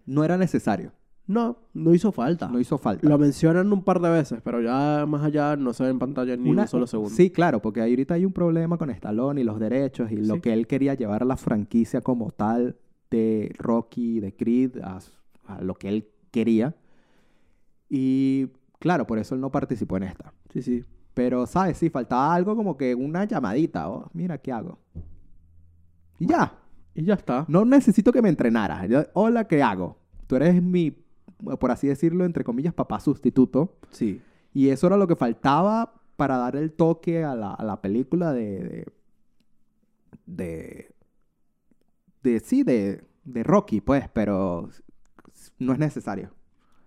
A: no era necesario.
B: No, no hizo falta.
A: No hizo falta.
B: Ah, Lo mencionan un par de veces, pero ya más allá no se ve en pantalla ni
A: Una-
B: un solo segundo.
A: Sí, claro, porque ahí ahorita hay un problema con Stallone y los derechos y lo
B: Sí.
A: que él quería llevar a la franquicia como tal de Rocky, de Creed, a, s- a lo que él quería. Y claro, por eso él no participó en esta.
B: sí, sí.
A: Pero, ¿sabes? Sí, faltaba algo como que una llamadita. Oh, mira, ¿qué hago? Y ya.
B: Y ya está.
A: No necesito que me entrenaras. Yo, Hola, ¿qué hago? Tú eres mi, por así decirlo, entre comillas, papá sustituto.
B: Sí.
A: Y eso era lo que faltaba para dar el toque a la, a la película de, de, de... de- sí, de, de Rocky, pues, pero s- no es necesario.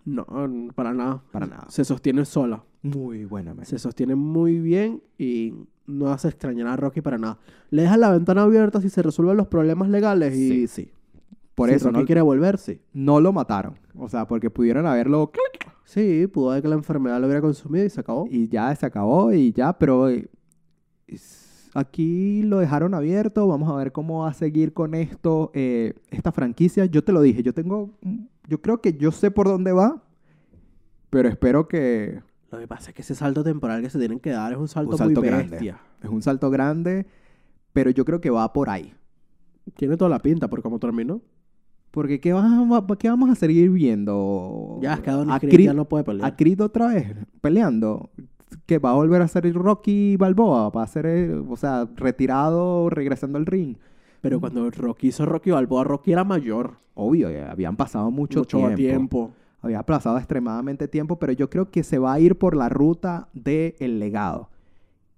B: No, n- para nada.
A: Para nada.
B: Se sostiene sola.
A: Muy buena, man.
B: Se sostiene muy bien y no hace extrañar a Rocky para nada. Le deja la ventana abierta si se resuelven los problemas legales y sí.
A: Por
B: Si
A: eso
B: Rocky
A: no,
B: quiere volver, sí.
A: no lo mataron. O sea, porque pudieron haberlo...
B: Sí, pudo haber que la enfermedad lo hubiera consumido y se acabó.
A: Y ya se acabó y ya, pero... eh, es- Aquí lo dejaron abierto, vamos a ver cómo va a seguir con esto, eh, esta franquicia. Yo te lo dije, yo tengo, mm, yo creo que yo sé por dónde va, pero espero que
B: Lo que pasa es que ese salto temporal que se tienen que dar es un salto,
A: Un salto
B: muy
A: grande.
B: bestia.
A: es un salto grande, pero yo creo que va por ahí.
B: Tiene toda la pinta por cómo terminó.
A: Porque ¿qué, vamos a- qué vamos a seguir viendo?
B: Ya, es que Adonis
A: a
B: Creed ya
A: Creed-
B: no puede pelear.
A: a Creed otra vez peleando. Que va a volver a ser Rocky Balboa, va a ser, eh, o sea, retirado, regresando al ring.
B: Pero cuando Rocky hizo Rocky Balboa, Rocky era mayor.
A: Obvio, ya habían pasado mucho,
B: Mucho,
A: tiempo.
B: tiempo.
A: Había pasado extremadamente tiempo, pero yo creo que se va a ir por la ruta del legado.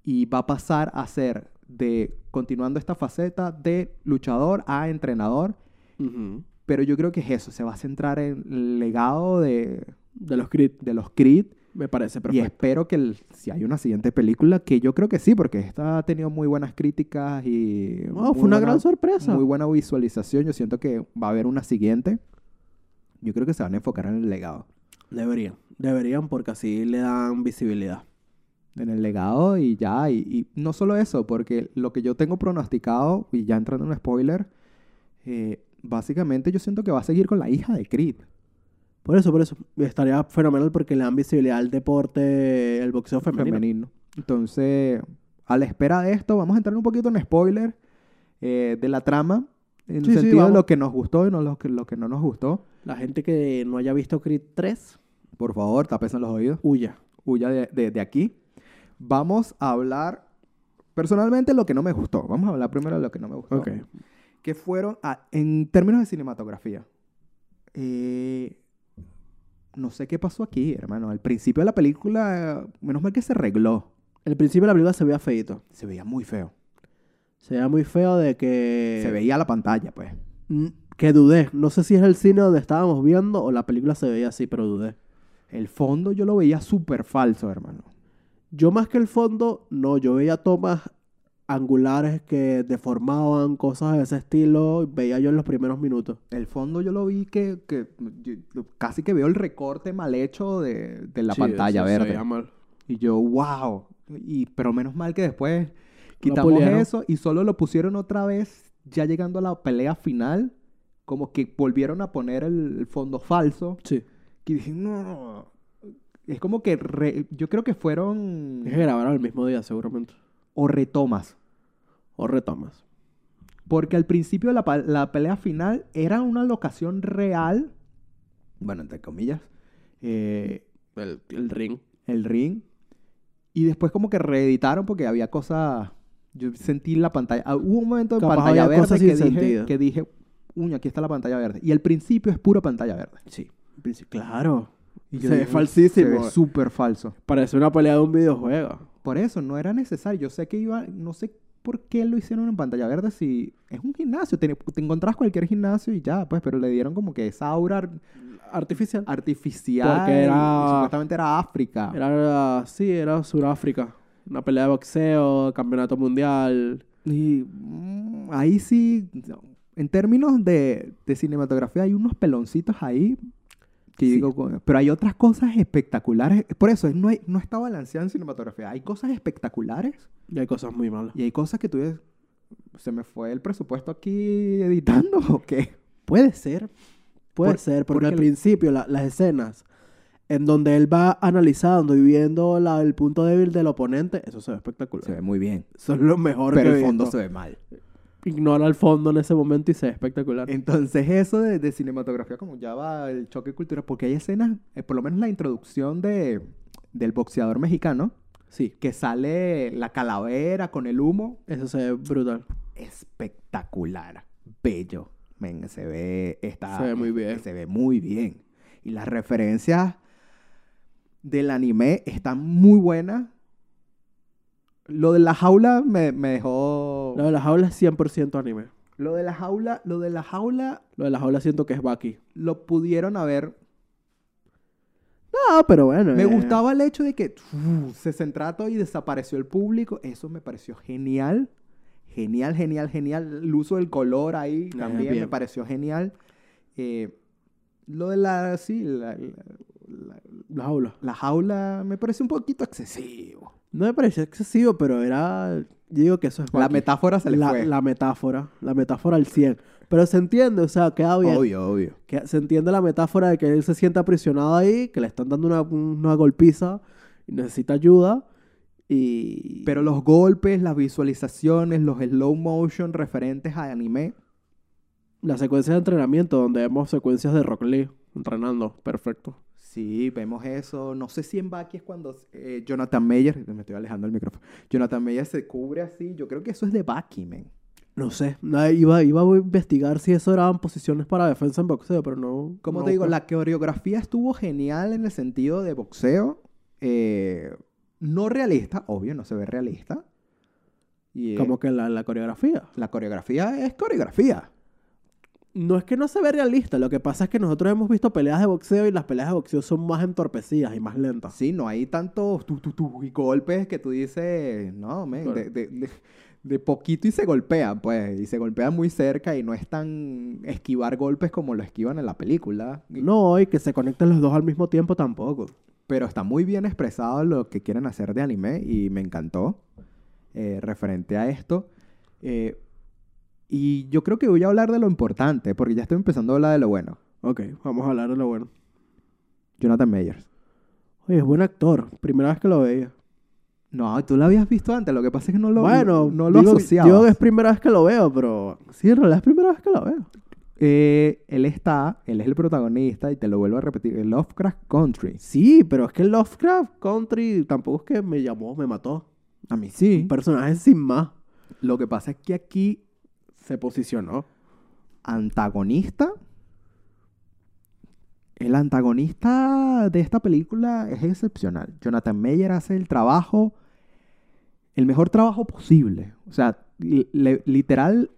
A: Y va a pasar a ser de, continuando esta faceta, de luchador a entrenador.
B: Ujú.
A: Pero yo creo que es eso, se va a centrar en el legado de,
B: De los Creed,
A: de los Creed.
B: me parece
A: Y
B: perfecto.
A: espero que el- si hay una siguiente película, que yo creo que sí, porque esta ha tenido muy buenas críticas y...
B: No,
A: muy
B: Oh, fue una
A: buena-
B: gran sorpresa.
A: Muy buena visualización. Yo siento que va a haber una siguiente. Yo creo que se van a enfocar en el legado.
B: Deberían, deberían porque así le dan visibilidad.
A: en el legado y ya. Y, y no solo eso, porque lo que yo tengo pronosticado, y ya entrando en un spoiler, eh, básicamente yo siento que va a seguir con la hija de Creed.
B: Por eso, por eso. Estaría fenomenal porque le dan visibilidad al deporte, el boxeo femenino.
A: femenino. Entonces, a la espera de esto, vamos a entrar un poquito en spoiler eh, de la trama, en
B: Sí, sí,
A: el sentido de
B: vamos.
A: lo que nos gustó y no lo que, lo que no nos gustó.
B: La gente que no haya visto Creed 3,
A: Por favor, tapense los oídos,
B: huya.
A: huya de, de- de aquí. Vamos a hablar personalmente lo que no me gustó. Vamos a hablar primero de lo que no me gustó. Que fueron, a- en términos de cinematografía, eh, no sé qué pasó aquí, hermano. Al principio de la película, eh, menos mal que se arregló.
B: El principio de la película se veía feito.
A: Se veía muy feo.
B: Se veía muy feo de que...
A: Se veía la pantalla, pues.
B: Mm, Que dudé. No sé si es el cine donde estábamos viendo o la película se veía así, pero dudé.
A: El fondo yo lo veía súper falso, hermano.
B: Yo más que el fondo, no. Yo veía tomas angulares que deformaban, cosas de ese estilo. Veía yo en los primeros minutos.
A: El fondo yo lo vi que, que yo- casi que veo el recorte mal hecho de, de la
B: Sí,
A: pantalla
B: se- se
A: verde.
B: veía mal.
A: Y yo, wow. Y, pero menos mal que después quitamos
B: pulieron.
A: eso y solo lo pusieron otra vez, ya llegando a la pelea final, como que volvieron a poner el, el fondo falso.
B: Sí.
A: Que dije, no. Es como que re- yo creo que fueron
B: Es que grabaron el mismo día, seguramente.
A: o retomas.
B: O retomas.
A: Porque al principio de la, pa- la pelea final era una locación real, bueno, entre comillas, eh,
B: El, el ring.
A: el ring. Y después como que reeditaron porque había cosas... Yo sentí la pantalla... ah, hubo un momento en
B: Capaz
A: pantalla
B: había
A: verde
B: cosas
A: que
B: sin
A: dije,
B: sentido.
A: que dije, uña, aquí está la pantalla verde. Y al principio es pura pantalla verde.
B: Sí. Claro.
A: Y
B: "Mm, Se ve
A: dije,
B: falsísimo.
A: Se ve súper falso.
B: Parece una pelea de un videojuego.
A: Por eso, no era necesario. Yo sé que iba... No sé por qué lo hicieron en pantalla verde si... Es un gimnasio. Te, te encontrás cualquier gimnasio y ya, pues. Pero le dieron como que esa aura
B: Artificial.
A: artificial.
B: Porque era-
A: y supuestamente era
B: Ah.
A: África.
B: Era, sí, era Sudáfrica. Una pelea de boxeo, campeonato mundial.
A: Y mm, ahí sí, no, en términos de, de cinematografía hay unos peloncitos ahí. Que
B: Sí.
A: digo, coño, pero hay otras cosas espectaculares. Por eso, no, hay- no está balanceado en cinematografía. Hay cosas espectaculares
B: Y hay cosas muy malas.
A: y hay cosas que tú dices, se me fue el presupuesto aquí editando o qué. Puede ser.
B: Puede
A: Por-
B: ser, porque,
A: porque
B: al
A: el-
B: principio la- las escenas en donde él va analizando y viendo la- el punto débil del oponente, eso se ve espectacular.
A: Se ve muy bien,
B: Eso es lo mejor
A: pero
B: que
A: el
B: he
A: fondo
B: visto.
A: se ve mal.
B: Ignora el fondo en ese momento y se ve espectacular.
A: Entonces eso de, de cinematografía como ya va el choque cultural, porque hay escenas, eh, por lo menos la introducción de, del boxeador mexicano,
B: Sí,
A: que sale la calavera con el humo,
B: eso se ve brutal.
A: espectacular, bello. Men, se ve está-
B: Se ve muy bien.
A: Se ve muy bien. Y las referencias del anime están muy buenas. Lo de la jaula me, me dejó
B: Lo de las aulas es 100% anime.
A: lo de la jaula, lo de la jaula
B: Lo de las aulas siento que es Baki.
A: lo pudieron haber
B: No, pero bueno.
A: Me
B: eh,
A: gustaba el hecho de que uf, se centraba todo y desapareció el público. Eso me pareció genial. Genial, genial, genial. El uso del color ahí
B: Ah,
A: también me
B: bien.
A: pareció genial. Eh, lo de la, sí, la, la- la-
B: Las aulas.
A: la jaula me parece un poquito excesivo.
B: No me pareció excesivo, pero era. Yo digo que eso es
A: La
B: Baki.
A: metáfora se le
B: la,
A: fue.
B: la metáfora. La metáfora al 100. Pero se entiende, o sea, queda bien.
A: obvio, obvio.
B: Que se entiende la metáfora de que él se siente aprisionado ahí, que le están dando una, una golpiza y necesita ayuda. Y.
A: Pero los golpes, las visualizaciones, los slow motion referentes a anime,
B: la secuencia de entrenamiento, donde vemos secuencias de Rock Lee entrenando, perfecto.
A: Sí, vemos eso. No sé si en Baki es cuando eh, Jonathan Meyer, me estoy alejando del micrófono, Jonathan Meyer se cubre así. Yo creo que eso es de Baki, men.
B: No sé, na- iba, iba a investigar si eso eran posiciones para defensa en boxeo, pero no.
A: Como
B: no
A: te digo,
B: busqué.
A: la coreografía estuvo genial en el sentido de boxeo. eh, no realista, obvio, no se ve realista. Y, eh,
B: Como que la, la coreografía.
A: la coreografía es coreografía.
B: No es que no se ve realista, lo que pasa es que nosotros hemos visto peleas de boxeo y las peleas de boxeo son más entorpecidas y más lentas.
A: Sí, no hay tantos tu, tu, tu y golpes que tú dices, no, men,
B: Claro.
A: de, de- de- de poquito y se golpean, pues. Y se golpean muy cerca y no es tan esquivar golpes como lo esquivan en la película. Y-
B: No, y que se conecten los dos al mismo tiempo tampoco.
A: Pero está muy bien expresado lo que quieren hacer de anime y me encantó eh, referente a esto. Eh, y yo creo que voy a hablar de lo importante, porque ya estoy empezando a hablar de lo bueno.
B: Ok, vamos a hablar de lo bueno.
A: Jonathan Meyers.
B: Oye, es buen actor. Primera vez que lo veía.
A: No, tú lo habías visto antes, lo que pasa es que no lo,
B: bueno,
A: no lo
B: digo,
A: asociabas.
B: digo que es primera vez que lo veo, pero... Sí, en realidad es primera vez que lo veo.
A: Eh, él está, él es el protagonista y te lo vuelvo a repetir, el Lovecraft Country.
B: Sí, pero es que Lovecraft Country tampoco es que me llamó, me mató.
A: A mí sí.
B: Un personaje sin más.
A: Lo que pasa es que aquí
B: Se posicionó.
A: antagonista. El antagonista de esta película es excepcional. Jonathan Meyer hace el trabajo, el mejor trabajo posible. O sea, li- le- literal,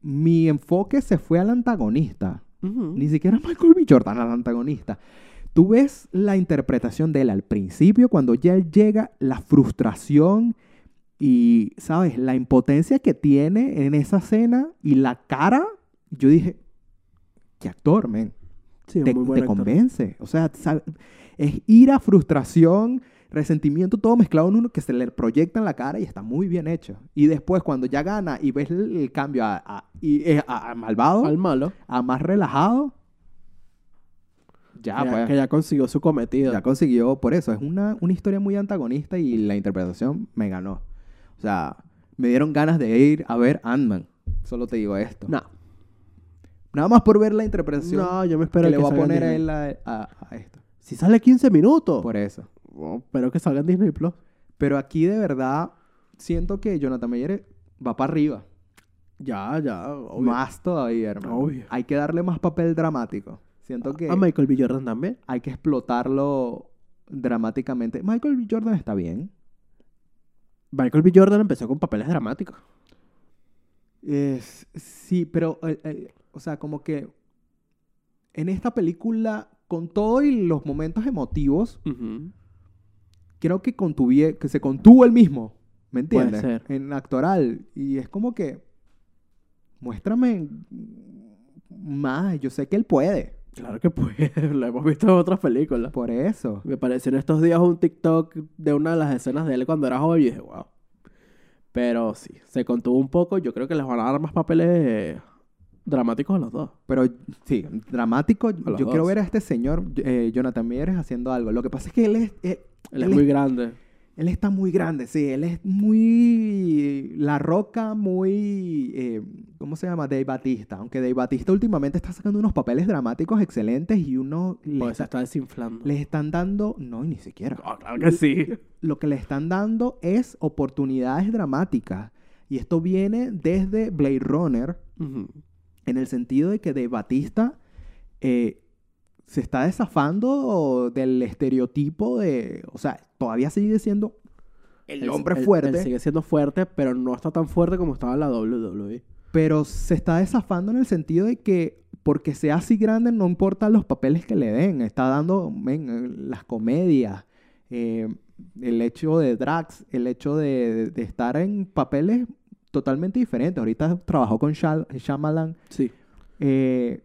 A: mi enfoque se fue al antagonista. Ni siquiera Michael B. Jordan al antagonista. Tú ves la interpretación de él al principio, cuando ya él llega, la frustración y, ¿sabes? La impotencia que tiene en esa escena y la cara. Yo dije, qué actor, men.
B: Sí,
A: Te,
B: muy
A: te
B: buen actor.
A: convence. O sea, ¿sabes? es ira, frustración, resentimiento, todo mezclado en uno que se le proyecta en la cara y está muy bien hecho. Y después, cuando ya gana y ves el, el cambio a, a- y- eh, a- a malvado
B: Al malo.
A: a más relajado, ya,
B: que,
A: pues,
B: que ya consiguió su cometido.
A: ya consiguió por eso. Es una, una historia muy antagonista y la interpretación me ganó. O sea, me dieron ganas de ir a ver Ant-Man. Solo te digo esto.
B: No.
A: Nada más por ver la interpretación
B: No, yo me espero
A: pero que le
B: que,
A: voy a
B: salga en
A: poner a
B: Disney.
A: él a, a- a esto.
B: Si sale 15 minutos.
A: Por eso.
B: Oh, pero que salga en Disney Plus.
A: Pero aquí de verdad siento que Jonathan Meyer va para arriba.
B: Ya, ya. obvio.
A: Más todavía, hermano.
B: Obvio.
A: Hay que darle más papel dramático. Siento que...
B: A Michael B. Jordan también.
A: hay que explotarlo dramáticamente. Michael B. Jordan está bien.
B: Michael B. Jordan empezó con papeles dramáticos.
A: Es- sí, pero, eh, eh, o sea, como que en esta película, con todo y los momentos emotivos, creo que, contuvie- que se contuvo el mismo. ¿Me
B: Puede
A: entiendes?
B: ser.
A: En actoral. Y es como que, muéstrame más. Yo sé que él puede.
B: Claro que puede. Lo hemos visto en otras películas.
A: Por eso.
B: Me pareció en estos días un TikTok de una de las escenas de él cuando era joven y dije, wow. Pero sí, se contuvo un poco. Yo creo que les van a dar más papeles dramáticos a los dos.
A: Pero sí, dramático. Yo
B: los
A: quiero
B: dos.
A: ver a este señor, eh, Jonathan Mieres, haciendo algo. Lo que pasa es que él es, eh, Él
B: Él, es
A: es-
B: muy grande.
A: Él está muy grande, sí. Él es muy... La roca, muy... eh, ¿Cómo se llama? Dave Batista. Aunque Dave Batista últimamente está sacando unos papeles dramáticos excelentes y uno... Le,
B: Pues se
A: está-
B: está desinflando.
A: le están dando... No, y ni siquiera.
B: Ah, claro que sí.
A: Lo que le están dando es oportunidades dramáticas. Y esto viene desde Blade Runner,
B: Ujú.
A: en el sentido de que Dave Batista eh, se está desafando del estereotipo de... O sea, todavía sigue siendo... El
B: Él-
A: hombre
B: él-
A: fuerte.
B: Él, sigue siendo fuerte, pero no está tan fuerte como estaba en la E. WWE.
A: pero se está desafando en el sentido de que porque sea así grande no importa los papeles que le den, está dando men, las comedias, eh, el hecho de drags, el hecho de, de estar en papeles totalmente diferentes. Ahorita trabajó con Shal- Shyamalan
B: Sí.
A: eh,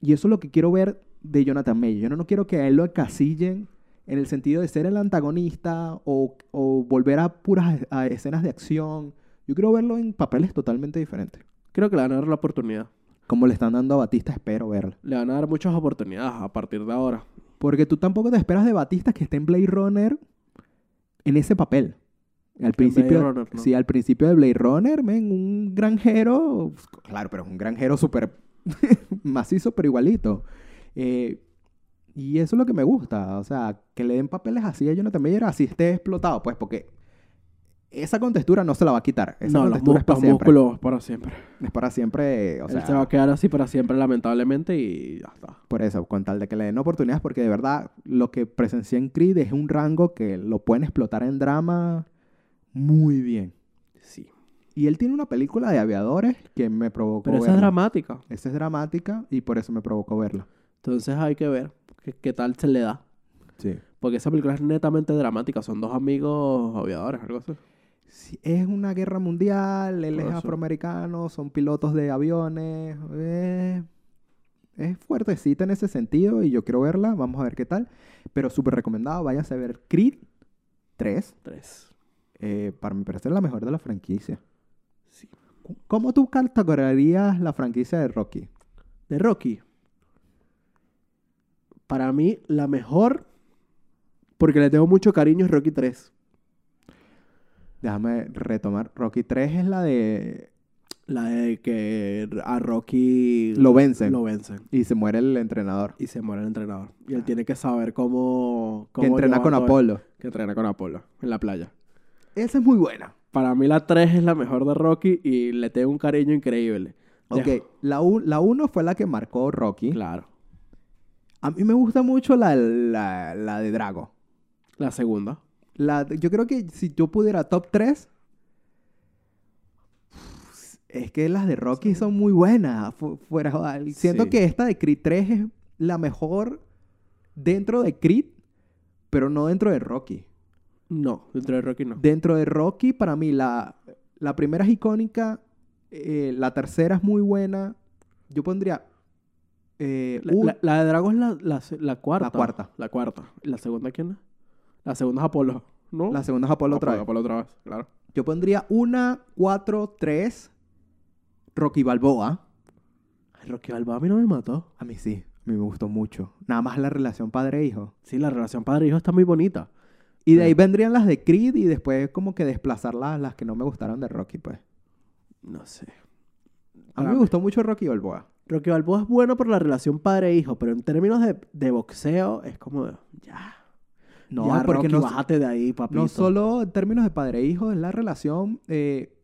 A: y eso es lo que quiero ver de Jonathan May. Yo no, no quiero que a él lo encasillen en el sentido de ser el antagonista o, o volver a puras a escenas de acción. Yo quiero verlo en papeles totalmente diferentes.
B: Creo que le van a dar la oportunidad.
A: Como le están dando a Batista, espero verlo.
B: Le van a dar muchas oportunidades a partir de ahora.
A: Porque tú tampoco te esperas de Batista que esté en Blade Runner en ese papel. Al principio,
B: Blade Runner, ¿no?
A: Sí, al principio de Blade Runner, men, un granjero, claro, pero es un granjero súper macizo, pero igualito. Eh, y eso es lo que me gusta, o sea, que le den papeles así a Jonathan Meyer, así esté explotado, pues, porque esa contextura no se la va a quitar. Esa
B: no, los,
A: contextura
B: mus-
A: es para
B: los
A: siempre.
B: músculos para siempre.
A: Es para siempre, o
B: Él
A: sea,
B: se va a quedar así para siempre, lamentablemente, y ya está.
A: por eso, con tal de que le den oportunidades, porque de verdad lo que presencié en Creed es un rango que lo pueden explotar en drama muy bien.
B: Sí.
A: Y él tiene una película de aviadores que me provocó
B: Pero esa
A: verla.
B: es dramática.
A: Esa es dramática y por eso me provocó verla.
B: Entonces hay que ver qué, qué tal se le da.
A: Sí.
B: Porque esa película es netamente dramática. Son dos amigos aviadores, algo así.
A: si es una guerra mundial, él
B: Por
A: es
B: eso.
A: afroamericano, son pilotos de aviones. eh, es fuertecita en ese sentido y yo quiero verla, vamos a ver qué tal. Pero súper recomendado, váyase a ver Creed 3.
B: Tres.
A: eh, para mi parecer, la mejor de la franquicia.
B: Sí.
A: ¿Cómo tú categorizarías la franquicia de Rocky?
B: De Rocky. Para mí, la mejor, porque le tengo mucho cariño, es Rocky 3.
A: Déjame retomar. Rocky 3 es la de...
B: La de que a Rocky
A: Lo vencen.
B: lo vencen.
A: Y se muere el entrenador.
B: Y se muere el entrenador. Y él tiene que saber cómo...
A: que
B: cómo
A: entrena
B: llevar
A: con
B: todo-
A: Apolo.
B: Que entrena con Apolo en la playa.
A: Esa es muy buena.
B: Para mí la 3 es la mejor de Rocky y le tengo un cariño increíble.
A: Ok,
B: Dejo-
A: la 1 fue la que marcó Rocky.
B: Claro.
A: A mí me gusta mucho la, la- la de Drago.
B: La segunda.
A: La, yo creo que si yo pudiera top 3, es que las de Rocky son muy buenas. fu- fuera de joda. Siento
B: Sí.
A: que esta de Creed 3 es la mejor dentro de Creed, pero no dentro de Rocky.
B: No, dentro de Rocky no.
A: Dentro de Rocky, para mí, la, la primera es icónica, eh, la tercera es muy buena. Yo pondría... eh,
B: La,
A: un-
B: la- la de Drago es la, la se- Uh. la cuarta.
A: La cuarta.
B: La cuarta. ¿Y la segunda quién es? La segunda es Apolo. ¿No?
A: la segunda es Apolo otra vez.
B: Apolo otra vez, claro.
A: Yo pondría una, cuatro, tres, Rocky Balboa.
B: Ay, Rocky Balboa a mí no me mató.
A: A mí sí, a mí me gustó mucho. Nada más la relación padre-hijo.
B: Sí, la relación padre-hijo está muy bonita.
A: Y de ahí
B: Sí.
A: vendrían las de Creed y después como que desplazar las, las que no me gustaron de Rocky, pues.
B: No sé.
A: A mí
B: Ah,
A: me gustó mucho Rocky Balboa.
B: Rocky Balboa es bueno por la relación padre-hijo, pero en términos de, de boxeo es como... de, Ya.
A: No,
B: ya,
A: porque
B: Rocky,
A: no,
B: bájate de ahí, papito.
A: no solo en términos de padre-hijo, es la relación, eh,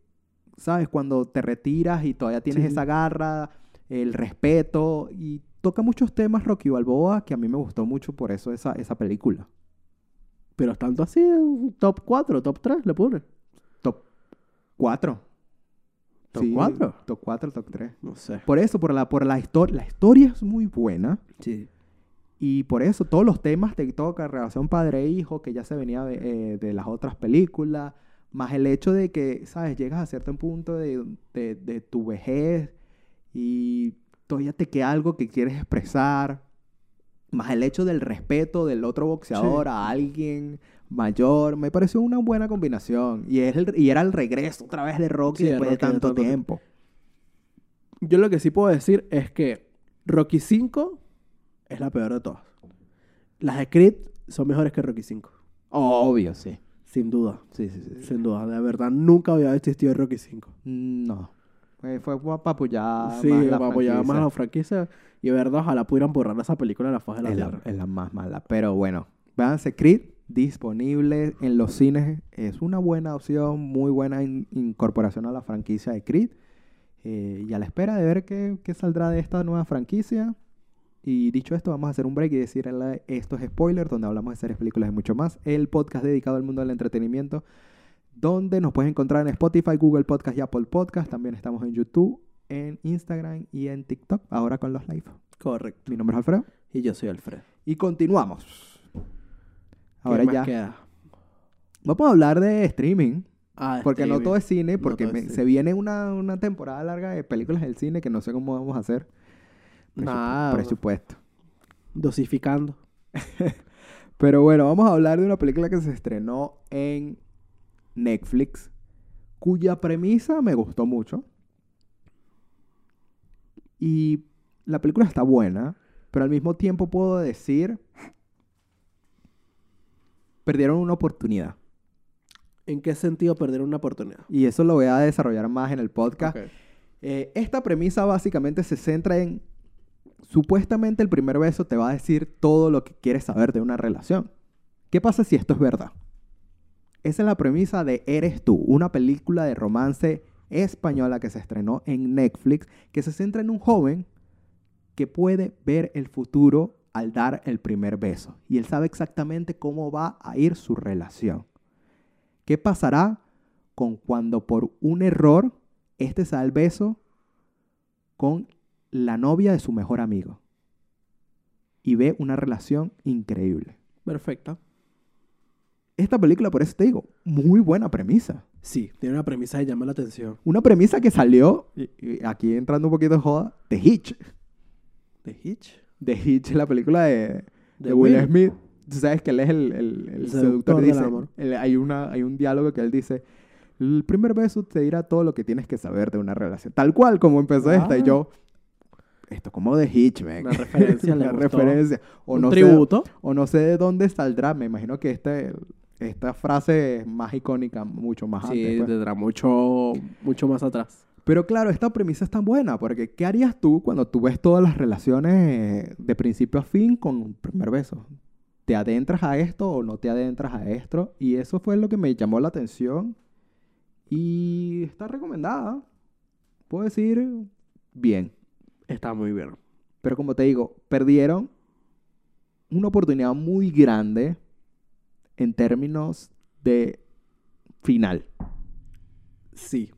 A: ¿sabes? Cuando te retiras y todavía tienes
B: Sí.
A: esa garra, el respeto y toca muchos temas Rocky Balboa que a mí me gustó mucho por eso esa, esa película.
B: Pero tanto así, un top 4, top 3 le pone.
A: Top 4.
B: ¿Top cuatro?
A: Top 4, top 3.
B: No sé.
A: Por eso, por la, por la historia. La historia es muy buena.
B: Sí.
A: Y por eso, todos los temas te toca, relación padre-hijo, que ya se venía de, eh, de las otras películas. Más el hecho de que, ¿sabes? Llegas a cierto punto de, de- de tu vejez y todavía te queda algo que quieres expresar. Más el hecho del respeto del otro boxeador
B: Sí.
A: a alguien mayor. Me pareció una buena combinación. Y, es el- y era el regreso otra vez de Rocky
B: Sí, de
A: después
B: Rocky,
A: de
B: de
A: tanto
B: tanto
A: tiempo.
B: Yo lo que sí puedo decir es que Rocky 5 es la peor de todas. Las de Creed son mejores que Rocky 5.
A: Obvio, sí.
B: Sin duda.
A: Sí, sí, sí.
B: Sin duda. De verdad, nunca había existido Rocky 5.
A: No. Fue, fue pa- pa' apoyar
B: sí,
A: Ah, más la
B: para apoyar más a
A: franquicia.
B: la franquicia. Y de verdad, ojalá pudieran borrar esa película de la faz de la
A: Es la,
B: tierra.
A: es la más mala. Pero bueno, véanse Creed disponible en los cines. Es una buena opción, muy buena in- incorporación a la franquicia de Creed. Eh, y a la espera de ver qué, qué saldrá de esta nueva franquicia. Y dicho esto, vamos a hacer un break y decirle estos spoilers, donde hablamos de series, películas y mucho más. El podcast dedicado al mundo del entretenimiento, donde nos puedes encontrar en Spotify, Google Podcast y Apple Podcast. También estamos en YouTube, en Instagram y en TikTok, ahora con los live.
B: Correcto.
A: Mi nombre es Alfredo.
B: Y yo soy Alfredo.
A: Y continuamos.
B: ¿Qué
A: Ahora
B: más
A: ya.
B: queda?
A: Vamos a hablar de streaming.
B: Ah,
A: Porque no
B: streaming.
A: todo es cine,
B: No
A: porque
B: todo es
A: me-
B: cine.
A: se viene una, una temporada larga de películas del cine que no sé cómo vamos a hacer. Presupu-
B: Nada.
A: Presupuesto.
B: Dosificando.
A: Pero bueno, vamos a hablar de una película que se estrenó en Netflix, cuya premisa me gustó mucho. Y la película está buena, pero al mismo tiempo puedo decir, perdieron una oportunidad.
B: ¿En qué sentido perder una oportunidad?
A: Y eso lo voy a desarrollar más en el podcast.
B: Ok.
A: Eh, esta premisa básicamente se centra en, supuestamente el primer beso te va a decir todo lo que quieres saber de una relación. ¿Qué pasa si esto es verdad? Esa es la premisa de Eres tú, una película de romance española que se estrenó en Netflix, que se centra en un joven que puede ver el futuro al dar el primer beso. Y él sabe exactamente cómo va a ir su relación. ¿Qué pasará con cuando por un error este se da el beso con la novia de su mejor amigo? Y ve una relación increíble.
B: Perfecta.
A: Esta película, por eso te digo, muy buena premisa. Sí.
B: Tiene una premisa que llama la atención.
A: Una premisa que salió, y- y aquí entrando un poquito de joda, de Hitch.
B: ¿De Hitch?
A: De Hitch, la película de,
B: De
A: de Will
B: Will.
A: Smith. Tú sabes que él es el, el- el
B: El
A: seductor.
B: seductor del
A: dice,
B: amor.
A: él- hay, una, hay un diálogo que él dice, el primer beso te dirá todo lo que tienes que saber de una relación. Tal cual como empezó esta y
B: Ah.
A: yo... Esto como de Hitch, man.
B: Una referencia, le
A: Una
B: gustó.
A: referencia. O
B: ¿Un
A: no sé-
B: tributo?
A: o no sé de dónde saldrá. Me imagino que este, esta frase es más icónica, mucho más antes.
B: Sí,
A: pues.
B: tendrá mucho, mucho más atrás.
A: Pero claro, esta premisa es tan buena, porque ¿qué harías tú cuando tú ves todas las relaciones eh, de principio a fin con un primer beso? ¿Te adentras a esto o no te adentras a esto? Y eso fue lo que me llamó la atención. Y está recomendada. Puedo decir, bien.
B: Está muy bien.
A: Pero como te digo, perdieron una oportunidad muy grande en términos de final.
B: Sí.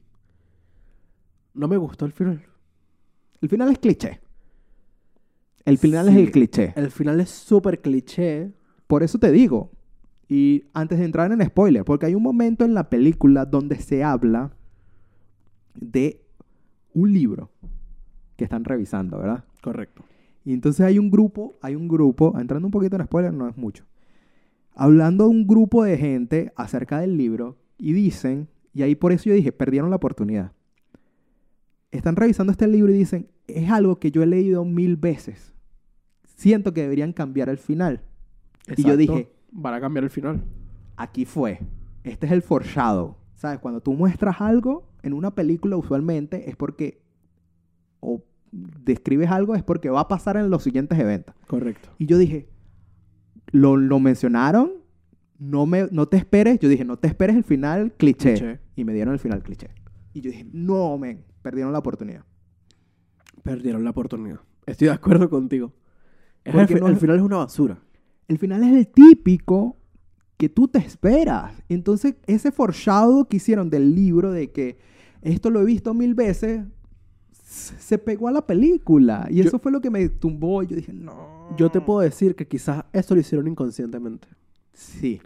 B: No me gustó el final.
A: El final es cliché. El final es
B: Sí.
A: el cliché.
B: El final es súper cliché.
A: Por eso te digo, y antes de entrar en spoiler, porque hay un momento en la película donde se habla de un libro que están revisando, ¿verdad?
B: Correcto.
A: Y entonces hay un grupo, hay un grupo, entrando un poquito en spoiler, no es mucho, hablando un grupo de gente acerca del libro y dicen, y ahí por eso yo dije, perdieron la oportunidad. Están revisando este libro y dicen, es algo que yo he leído mil veces. Siento que deberían cambiar el final. Y yo dije-
B: Van a cambiar el final.
A: aquí fue. Este es el foreshadow. ¿Sabes? Cuando tú muestras algo en una película, usualmente es porque. o describes algo, es porque va a pasar en los siguientes eventos.
B: Correcto.
A: Y yo dije, lo, lo mencionaron, no, me, no te esperes. Yo dije, no te esperes el final cliché.
B: Cliché.
A: Y me dieron el final cliché. Y yo dije, no, men, perdieron la oportunidad.
B: Perdieron la oportunidad. Estoy de acuerdo contigo. Es
A: Porque
B: el, fi-
A: no-
B: el final es una basura.
A: El final es el típico que tú te esperas. Entonces, ese foreshadow que hicieron del libro de que esto lo he visto mil veces, s- se pegó a la película. Y
B: Yo-
A: eso fue lo que me tumbó. Yo dije, no.
B: Yo te puedo decir que quizás eso lo hicieron inconscientemente.
A: Sí.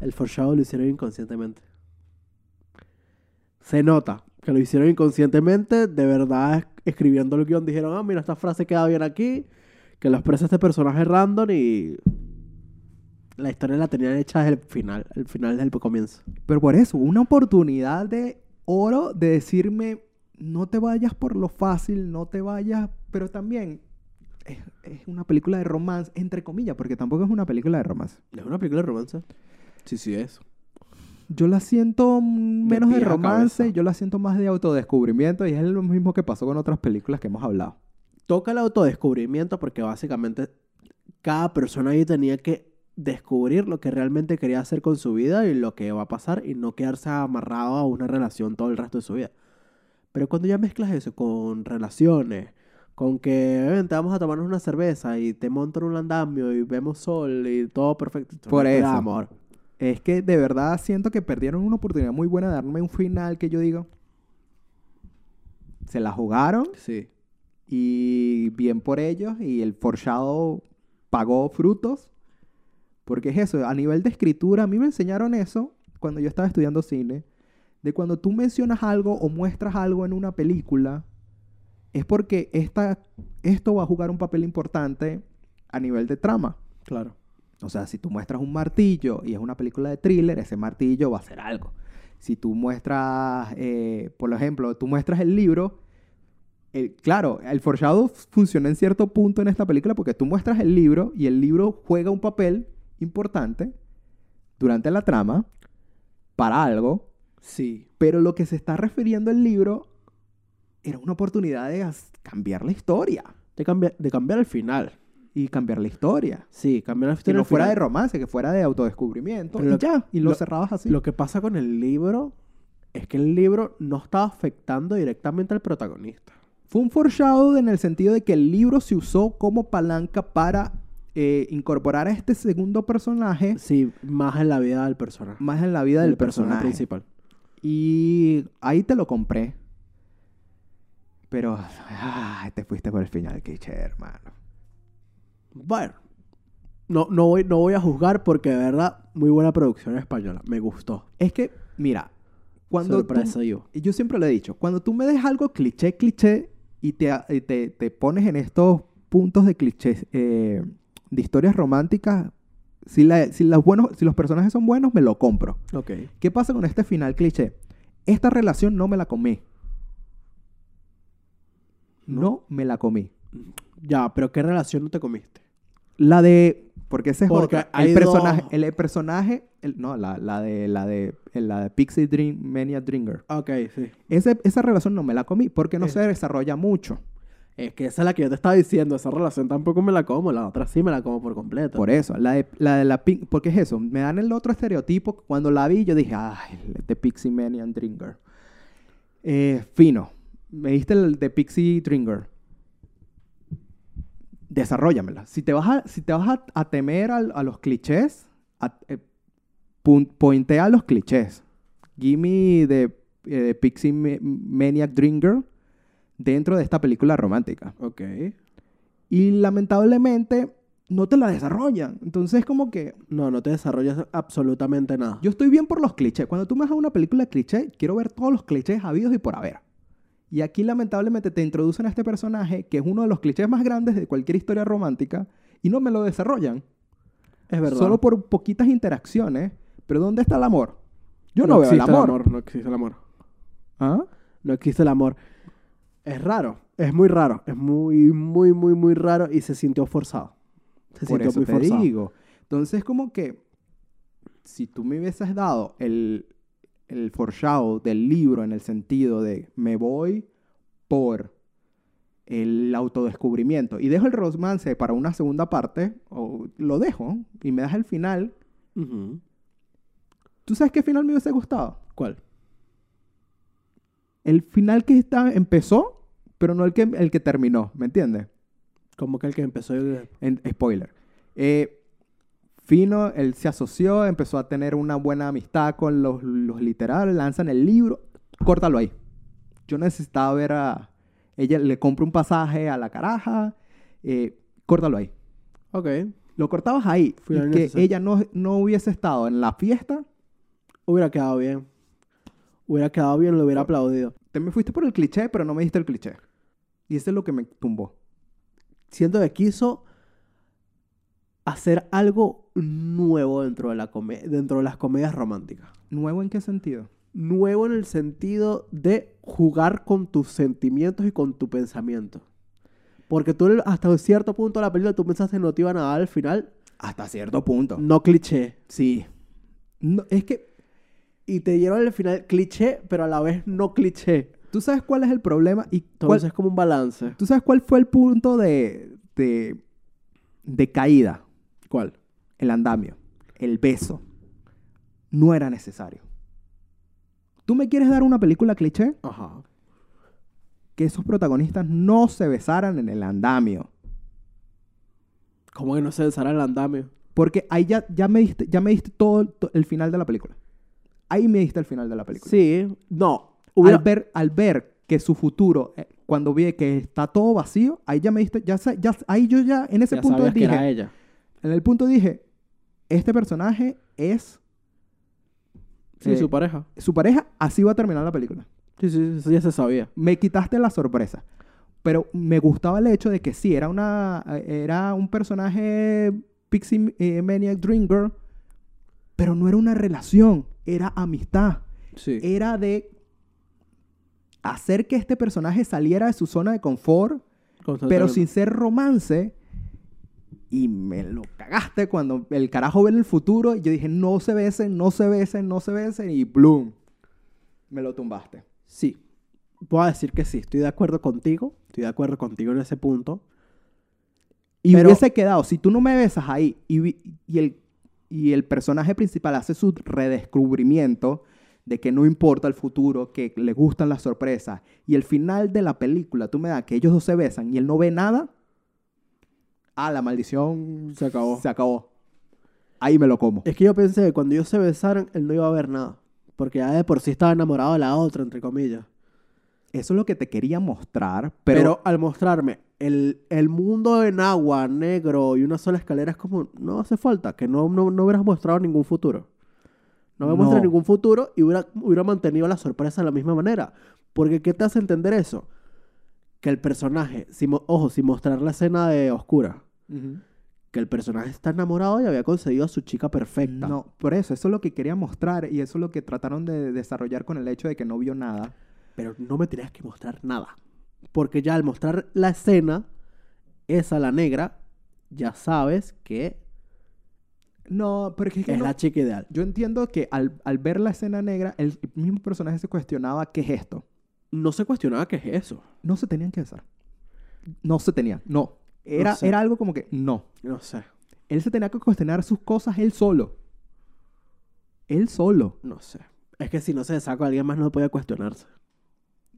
B: El foreshadow lo hicieron inconscientemente. Se nota que lo hicieron inconscientemente. De verdad, es- escribiendo el guión dijeron, ah, mira, esta frase queda bien aquí. Que lo expresa este personaje random y... La historia la tenían hecha desde el final. El final desde el comienzo.
A: Pero por eso, una oportunidad de oro de decirme, no te vayas por lo fácil, no te vayas, pero también es, es una película de romance, entre comillas, porque tampoco es una película de romance.
B: ¿Es una película de romance? Sí, sí es.
A: Yo la siento mm, menos de,
B: pie a
A: romance,
B: cabeza.
A: yo la siento más de autodescubrimiento y es lo mismo que pasó con otras películas que hemos hablado.
B: toca el autodescubrimiento porque básicamente cada persona ahí tenía que descubrir lo que realmente quería hacer con su vida y lo que va a pasar y no quedarse amarrado a una relación todo el resto de su vida. Pero cuando ya mezclas eso con relaciones, con que "Ven, te vamos a tomarnos una cerveza y te monto en un andamio y vemos sol y todo perfecto. esto no
A: Por
B: es
A: eso.
B: Amor.
A: Es que de verdad siento que perdieron una oportunidad muy buena de darme un final que yo digo, se la jugaron
B: Sí.
A: y bien por ellos y el forjado pagó frutos. Porque es eso, a nivel de escritura, a mí me enseñaron eso cuando yo estaba estudiando cine, de cuando tú mencionas algo o muestras algo en una película, es porque esta, esto va a jugar un papel importante a nivel de trama.
B: Claro.
A: O sea, si tú muestras un martillo y es una película de thriller, ese martillo va a ser algo. Si tú muestras, eh, por ejemplo, tú muestras el libro, el- claro, el foreshadow funciona en cierto punto en esta película porque tú muestras el libro y el libro juega un papel importante durante la trama para algo,
B: Sí.
A: pero lo que se está refiriendo el libro era una oportunidad de as- cambiar la historia
B: De, cambia- de cambiar el final.
A: y cambiar la historia.
B: Sí, cambiar el
A: Que
B: final.
A: no fuera de
B: final.
A: romance, que fuera de autodescubrimiento.
B: Pero
A: y
B: lo-
A: ya, y lo,
B: lo-
A: cerrabas así.
B: Lo que pasa con el libro es que el libro no está afectando directamente al protagonista.
A: Fue un foreshadow en el sentido de que el libro se usó como palanca para eh, incorporar a este segundo personaje
B: Sí, más en la vida del personaje.
A: más en la vida del, personaje.
B: principal.
A: Y ahí te lo compré. Pero ah, te fuiste por el final, cliché, hermano.
B: Bueno, no, no, voy, no voy a juzgar porque de verdad, muy buena producción española. Me gustó.
A: Es que, mira, Cuando
C: Solo para
A: tú-
C: eso yo.
A: y yo siempre lo he dicho, cuando tú me des algo cliché, cliché, y te, y te, te pones en estos puntos de clichés, eh, de historias románticas, si, la- si, las buenos, si los personajes son buenos, me lo compro.
B: Ok.
A: ¿Qué pasa con este final cliché? Esta relación no me la comí. No, me la comí.
B: Ya, pero ¿qué relación no te comiste?
A: La de... Porque ese es
B: Porque
A: otra.
B: hay
A: El personaje,
B: dos.
A: el, el personaje... el- no, la, la de... La de... La de Pixie Dream Mania Drinker.
B: Ok, sí.
A: Ese- esa relación no me la comí porque no
B: Es-
A: se desarrolla mucho.
B: Es que esa es la que yo te estaba diciendo. Esa relación tampoco me la como. La otra sí me la como por completo.
A: Por e- eso, la de la, de la pink, porque es eso, me dan el otro estereotipo. Cuando la vi, yo dije, ay, el de Pixie Manian Drinker. Eh, fino, me diste el de Pixie Drinker. Desarróllamela. Si te vas a, si te vas a, a temer al- a, los clichés, a, eh, pun- pointea a los clichés. Gimme de eh, Pixie Ma- Maniac Drinker dentro de esta película romántica.
B: Ok.
A: Y lamentablemente no te la desarrollan. Entonces, como que
B: No, no te desarrollas absolutamente nada.
A: yo estoy bien por los clichés. Cuando tú me haces una película de cliché, quiero ver todos los clichés habidos y por haber. Y aquí, lamentablemente, te introducen a este personaje que es uno de los clichés más grandes de cualquier historia romántica y no me lo desarrollan.
B: es verdad.
A: Solo por poquitas interacciones. Pero ¿dónde está el amor? Yo no, veo el
B: existe
A: amor.
B: No existe el amor.
A: ¿Ah?
B: No existe el amor. Es raro. Es muy raro. Es muy, muy, muy, muy raro. Y se sintió forzado. Se
A: Por
B: sintió
A: eso
B: muy
A: te
B: forzado.
A: digo. Entonces, como que si tú me hubieses dado el, el foreshadow del libro en el sentido de me voy por el autodescubrimiento y dejo el romance para una segunda parte, o lo dejo y me das el final,
B: Ujú.
A: ¿tú sabes qué final me hubiese gustado?
B: ¿Cuál?
A: El final que está, empezó, pero no el que, el que terminó, ¿me entiendes?
B: Como que el que empezó. el-
A: En- spoiler. Eh, Fino, él se asoció, empezó a tener una buena amistad con los, los literarios, lanzan el libro, córtalo ahí. Yo necesitaba ver a... Ella le compra un pasaje a la caraja, eh, córtalo ahí.
B: Ok.
A: Lo cortabas ahí
B: Fue
A: y que
B: innecesario.
A: ella no, no hubiese estado en la fiesta.
B: Hubiera quedado bien. Hubiera quedado bien, lo hubiera aplaudido.
A: Te me fuiste por el cliché, pero no me diste el cliché. Y eso es lo que me tumbó.
B: Siento que quiso hacer algo nuevo dentro de, la come- dentro de las comedias románticas.
A: ¿Nuevo en qué sentido?
B: Nuevo en el sentido de jugar con tus sentimientos y con tu pensamiento. Porque tú hasta cierto punto de la película tú pensaste que no te iban a dar al final,
A: Hasta cierto punto.
B: no cliché.
A: Sí. No, es que
B: Y te dieron al final cliché, pero a la vez no cliché.
A: tú sabes cuál es el problema y cuál,
B: Entonces es como un balance.
A: ¿Tú sabes cuál fue el punto de, de, de caída?
B: ¿Cuál?
A: El andamio, el beso. No era necesario. ¿Tú me quieres dar una película cliché?
B: Ajá.
A: Que esos protagonistas no se besaran en el andamio.
B: Como que no se deshará el andamio.
A: Porque ahí ya, ya, me, diste, ya me diste todo, to- el final de la película. Ahí me diste el final de la película.
B: Sí. No.
A: Al,
B: Hubiera...
A: ver, al ver que su futuro, eh, cuando vi que está todo vacío, ahí ya me diste, ya, sa- ya- ahí yo ya en ese
B: Ya
A: punto
B: sabías que
A: dije,
B: era ella.
A: En el punto dije, este personaje es
B: Sí,
A: Eh,
B: su pareja.
A: su pareja, así va a terminar la película.
B: Sí, sí, sí, eso ya se sabía.
A: Me quitaste la sorpresa. Pero me gustaba el hecho de que sí, era, una, era un personaje Pixie eh, Maniac Dream Girl, pero no era una relación, era amistad.
B: Sí.
A: Era de hacer que este personaje saliera de su zona de confort, pero sin ser romance. Y me lo cagaste cuando el carajo ve en el futuro. Y yo dije, no se besen, no se besen, no se besen. Y bloom. Me lo tumbaste.
B: Sí. Voy a decir que sí. Estoy de acuerdo contigo. Estoy de acuerdo contigo en ese punto.
A: Y
B: Pero-
A: hubiese quedado, si tú no me besas ahí y, vi- y el, y el personaje principal hace su redescubrimiento de que no importa el futuro, que le gustan las sorpresas, y el final de la película tú me das que ellos dos se besan y él no ve nada, ah, la maldición
B: Se acabó.
A: Se acabó. Ahí me lo como.
B: Es que yo pensé que cuando ellos se besaran, él no iba a ver nada. Porque ya de por sí estaba enamorado de la otra, entre comillas.
A: Eso es lo que te quería mostrar,
B: Pero,
A: pero,
B: al mostrarme el, el mundo en agua, negro y una sola escalera, es como, no hace falta, que no, no, no hubieras mostrado ningún futuro. No me muestra
A: No.
B: ningún futuro y hubiera, hubiera mantenido la sorpresa de la misma manera. Porque ¿qué te hace entender eso? Que el personaje, si mo- ojo, sin mostrar la escena de Oscura, que el personaje está enamorado y había conseguido a su chica perfecta.
A: No, por eso, eso es lo que quería mostrar y eso es lo que trataron de desarrollar con el hecho de que no vio nada.
B: Pero no me tenías que mostrar nada. Porque ya al mostrar la escena, esa, la negra, ya sabes que
A: No, porque es que
B: es
A: no-
B: la chica ideal.
A: yo entiendo que al, al ver la escena negra, el mismo personaje se cuestionaba qué es esto.
B: No se cuestionaba qué es eso.
A: No se tenían que besar. No se tenían, no. Era,
B: sé.
A: era algo como que no.
B: No sé,
A: Él se tenía que cuestionar sus cosas él solo. Él solo.
B: no sé. Es que si no se saca alguien más no podía cuestionarse.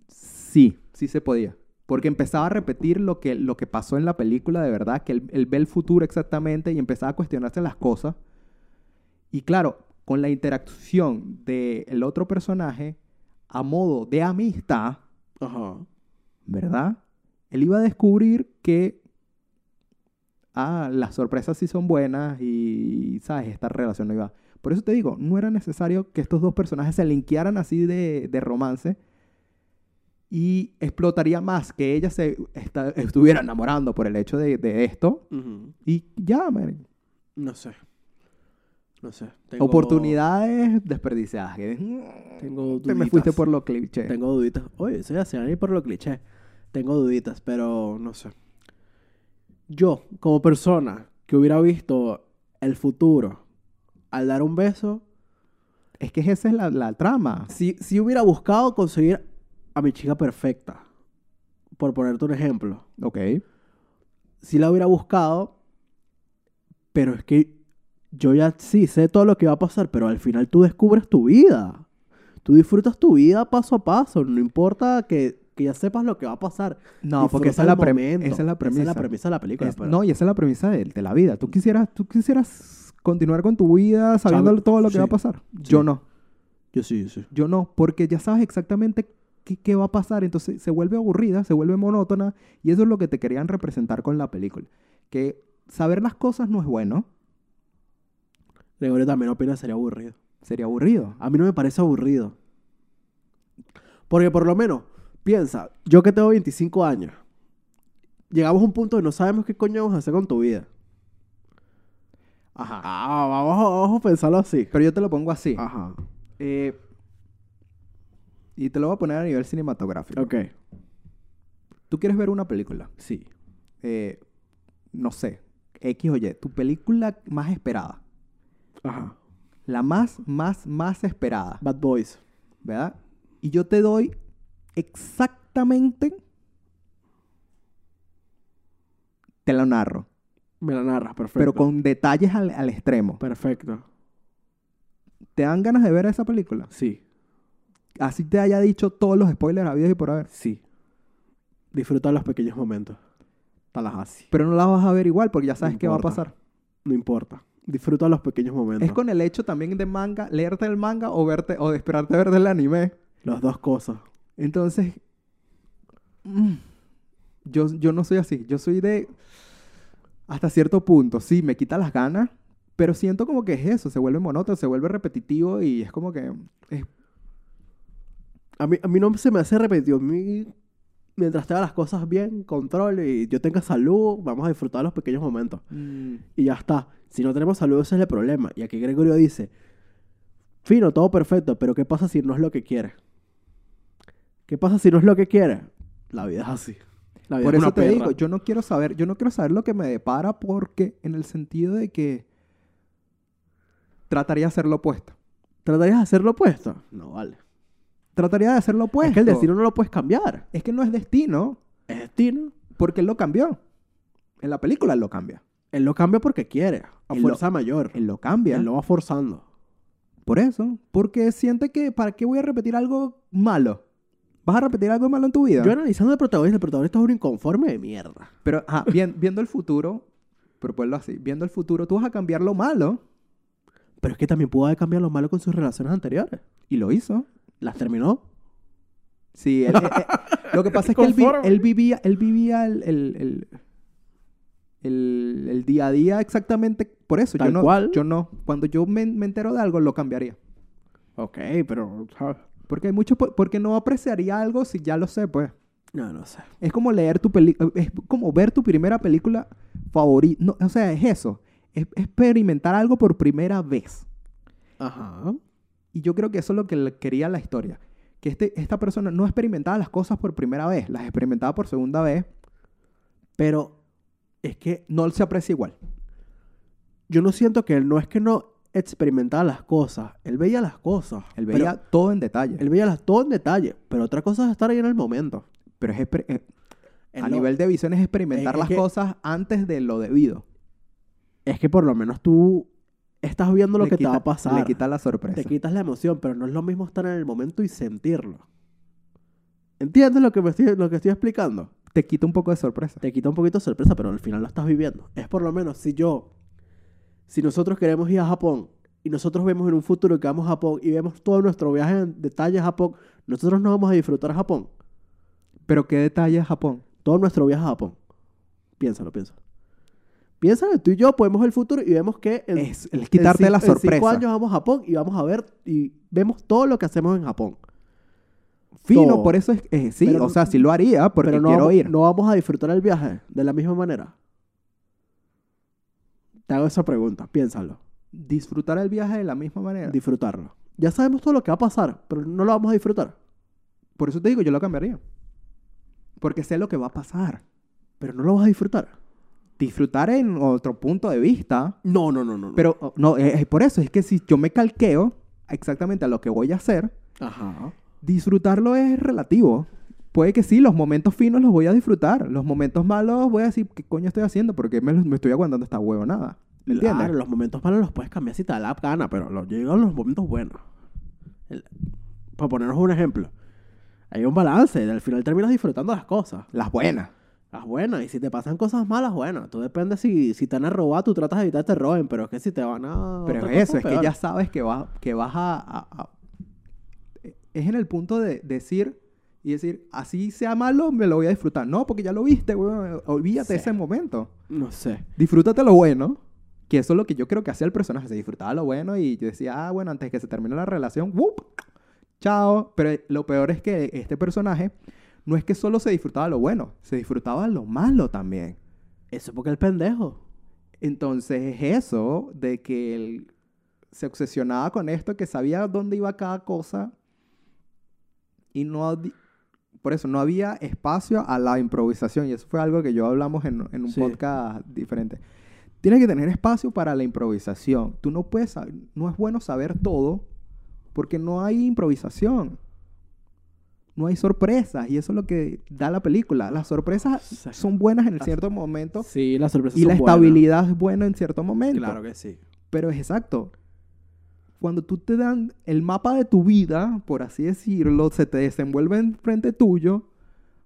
A: Sí, sí se podía. Porque empezaba a repetir lo que, lo que pasó en la película de verdad, que él, él ve el futuro exactamente y empezaba a cuestionarse las cosas. Y claro, con la interacción del otro personaje, a modo de amistad,
B: Ajá.
A: ¿verdad? Él iba a descubrir que, ah, las sorpresas sí son buenas y, ¿sabes? Esta relación no iba. Por eso te digo, no era necesario que estos dos personajes se linkearan así de, de romance y explotaría más que ella se esta- estuviera enamorando por el hecho de, de esto.
B: Ujú.
A: Y ya, man,
B: No sé. No sé. Tengo-
A: oportunidades desperdiciadas. que-
B: Tengo
A: Te
B: duditas.
A: me fuiste por lo cliché.
B: Tengo duditas. Oye, soy así por lo cliché. Tengo duditas, pero no sé. Yo, como persona que hubiera visto el futuro al dar un beso,
A: Es que esa es la, la trama.
B: si, si hubiera buscado conseguir a mi chica perfecta, por ponerte un ejemplo,
A: Ok.
B: si la hubiera buscado, pero es que yo ya sí sé todo lo que va a pasar, pero al final tú descubres tu vida. Tú disfrutas tu vida paso a paso, no importa que, que ya sepas lo que va a pasar.
A: No, porque esa es, la
B: Disfruta
A: pre-
B: el momento.
A: esa es la premisa.
B: Esa es la premisa de la película.
A: Es-
B: pero-
A: no, y esa es la premisa de, de la vida. Tú quisieras, tú quisieras continuar con tu vida sabiendo
B: Sabe-
A: todo lo que
B: sí,
A: va a pasar. Yo no,
B: Yo sí, yo sí.
A: yo no, porque ya sabes exactamente qué, qué va a pasar. Entonces se vuelve aburrida, se vuelve monótona y eso es lo que te querían representar con la película. Que saber las cosas no es bueno,
B: Gregorio también opina que sería aburrido.
A: sería aburrido.
B: A mí no me parece aburrido. Porque por lo menos, piensa, yo que tengo 25 años, llegamos a un punto de no sabemos qué coño vamos a hacer con tu vida.
A: Ajá.
B: Ah, vamos, a- vamos a pensarlo así.
A: Pero yo te lo pongo así.
B: Ajá.
A: Eh, y te lo voy a poner a nivel cinematográfico.
B: Ok.
A: Tú quieres ver una película,
B: Sí.
A: eh, no sé, X o Y, tu película más esperada.
B: Ajá.
A: La más, más, más esperada,
B: Bad Boys.
A: ¿verdad? Y yo te doy exactamente... Te lo narro,
B: Me la narras, perfecto.
A: pero con detalles al, al extremo.
B: Perfecto.
A: ¿Te dan ganas de ver esa película?
B: Sí.
A: Así te haya dicho todos los spoilers habidos y por haber.
B: Sí. Disfruta los pequeños momentos. Tallahassee.
A: Pero no la vas a ver igual porque ya sabes
B: No
A: qué va a
B: importa.
A: pasar.
B: No importa. Disfruta los pequeños momentos.
A: Es con el hecho también de manga, leerte el manga o verte o de esperarte a ver del anime.
B: Las dos cosas.
A: Entonces, mm, yo, yo no soy así. Yo soy de. Hasta cierto punto, sí, me quita las ganas, pero siento como que es eso, se vuelve monótono, se vuelve repetitivo y es como que. es-
B: A mí, a mí no se me hace repetido. A mí, mientras te haga las cosas bien, control y yo tenga salud, vamos a disfrutar los pequeños momentos.
A: mm,
B: Y ya está. Si no tenemos salud, ese es el problema. Y aquí Gregorio dice, fino, todo perfecto, pero ¿qué pasa si no es lo que quieres? ¿Qué pasa si no es lo que quieres? La vida es así. La vida
A: por
B: es
A: eso
B: una
A: te
B: perra.
A: digo, yo no quiero saber, yo no quiero saber lo que me depara porque en el sentido de que trataría de hacer lo opuesto.
B: ¿Tratarías de hacer lo opuesto? No, vale.
A: Trataría de hacer lo opuesto.
B: Es que el destino no lo puedes cambiar.
A: es que no es destino,
B: Es destino.
A: porque él lo cambió. En la película él lo cambia.
B: Él lo cambia porque quiere, a
A: Él lo-
B: fuerza mayor.
A: Él lo cambia.
B: Él lo va forzando.
A: Por eso, porque siente que ¿para qué voy a repetir algo malo? ¿Vas a repetir algo malo en tu vida?
B: Yo analizando al protagonista, el protagonista es un inconforme de mierda.
A: Pero ajá, bien- viendo el futuro, por ponerlo así, viendo el futuro, tú vas a cambiar lo malo
B: Pero es que también pudo haber cambiado lo malo con sus relaciones anteriores.
A: y lo hizo.
B: Las terminó.
A: Sí, él- él- él- lo que pasa es que él, vi-
B: Conforme.
A: él vivía, él vivía el, el- el- el- el día a día exactamente por eso.
B: Tal
A: yo no,
B: cual.
A: yo no. Cuando yo me, me entero de algo, lo cambiaría.
B: Ok, pero, ¿sabes?
A: Porque hay muchos, po- porque no apreciaría algo si ya lo sé, pues.
B: No, no sé.
A: Es como leer tu película, es como ver tu primera película favorita. No, o sea, es eso. Es es experimentar algo por primera vez.
B: Ajá.
A: Y yo creo que eso es lo que le quería la historia. Que este, esta persona no experimentaba las cosas por primera vez, las experimentaba por segunda vez, pero es que no se aprecia igual.
B: Yo no siento que él no es que no experimentaba las cosas. Él veía las cosas.
A: Él veía todo en detalle.
B: pero- él veía las, todo en detalle. Pero otra cosa es estar ahí en el momento.
A: pero es exper- eh,
B: Él
A: a
B: no-
A: nivel de visión es experimentar
B: es
A: las
B: que-
A: cosas antes de lo debido.
B: Es que por lo menos tú estás viendo lo
A: Le
B: que
A: quita-
B: te va a pasar.
A: Le quita la sorpresa.
B: Te quitas la emoción, pero no es lo mismo estar en el momento y sentirlo. ¿Entiendes lo que, me estoy, lo que estoy explicando?
A: Te quita un poco de sorpresa.
B: Te quita un poquito de sorpresa, pero al final lo estás viviendo. Es por lo menos si yo, si nosotros queremos ir a Japón y nosotros vemos en un futuro que vamos a Japón y vemos todo nuestro viaje en detalle a Japón, nosotros no vamos a disfrutar Japón.
A: Pero qué detalle es Japón.
B: Todo nuestro viaje a Japón. Piénsalo, piénsalo. Piensa que tú y yo podemos ver el futuro y vemos que en-
A: Es el quitarte
B: en
A: la
B: cin- en
A: sorpresa.
B: cinco años vamos a Japón y vamos a ver y vemos todo lo que hacemos en Japón.
A: Fino,
B: todo.
A: por eso es. eh, sí,
B: Pero
A: o
B: no-
A: sea, sí lo haría ¿ah? porque
B: Pero no
A: quiero
B: vamos,
A: ir.
B: no vamos a disfrutar el viaje de la misma manera. Te hago esa pregunta, piénsalo.
A: Disfrutar el viaje de la misma manera.
B: Disfrutarlo. Ya sabemos todo lo que va a pasar, pero no lo vamos a disfrutar.
A: Por eso te digo, yo lo cambiaría. Porque sé lo que va a pasar.
B: Pero no lo vas a disfrutar.
A: Disfrutar en otro punto de vista.
B: No, no, no, no. Pero,
A: Pero oh, no, es, es por eso. Es que si yo me calqueo exactamente a lo que voy a hacer,
B: Ajá.
A: disfrutarlo es relativo. Puede que sí, los momentos finos los voy a disfrutar. Los momentos malos voy a decir, ¿qué coño estoy haciendo? Porque me, los- me estoy aguantando esta huevonada. ¿Me entiendes?
B: Claro, los momentos malos los puedes cambiar si te da la gana, pero los llegan los momentos buenos. El- para ponernos un ejemplo, hay un balance. Al final terminas disfrutando las cosas.
A: Las buenas.
B: Las buenas. Ah, Y si te pasan cosas malas, bueno, tú depende si, si te van a robar, tú tratas de evitar que te roben, pero es que si te van a.
A: Pero
B: otra
A: es eso,
B: cosa,
A: es que
B: peor.
A: ya sabes que, vas- que vas a, a- a- Es en el punto de decir y decir, así sea malo, me lo voy a disfrutar. No, porque ya lo viste, weón. Olvídate de
B: Sí.
A: ese momento.
B: No sé.
A: Disfrútate lo bueno, que eso es lo que yo creo que hacía el personaje. Se disfrutaba lo bueno y yo decía, ah, bueno, antes que se termine la relación, ¡wup! Chao. Pero lo peor es que este personaje no es que solo se disfrutaba lo bueno, se disfrutaba lo malo también.
B: Eso porque el pendejo.
A: Entonces es eso de que él se obsesionaba con esto, que sabía dónde iba cada cosa y no... di- Por eso no había espacio a la improvisación y eso fue algo que yo hablamos en, en un
B: Sí.
A: podcast diferente. Tienes que tener espacio para la improvisación. Tú no puedes, sab- no es bueno saber todo porque no hay improvisación. No hay sorpresas y eso es lo que da la película. Las sorpresas
B: Sí.
A: son buenas en
B: Las-
A: cierto momento,
B: Sí, las sorpresas
A: y la
B: son buenas.
A: estabilidad es buena en cierto momento.
B: Claro que sí.
A: Pero es exacto. Cuando tú te dan el mapa de tu vida, por así decirlo, se te desenvuelve enfrente tuyo,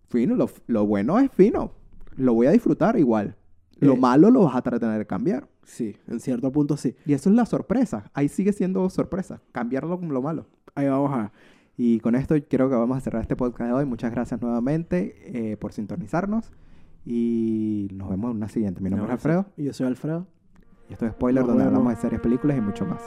A: fino, lo, lo bueno es fino. Lo voy a disfrutar igual. Lo
B: Eh.
A: malo lo vas a tener que cambiar.
B: Sí, en cierto punto sí.
A: Y eso es la sorpresa. Ahí sigue siendo sorpresa. Cambiarlo con lo malo.
B: Ahí vamos a.
A: Y con esto creo que vamos a cerrar este podcast de hoy. Muchas gracias nuevamente eh, por sintonizarnos. Y nos vemos en una siguiente. Mi nombre es Alfredo.
B: Y yo soy Alfredo.
A: Y esto es Spoiler,
B: Nos
A: donde
B: vemos.
A: hablamos de series, películas y mucho más.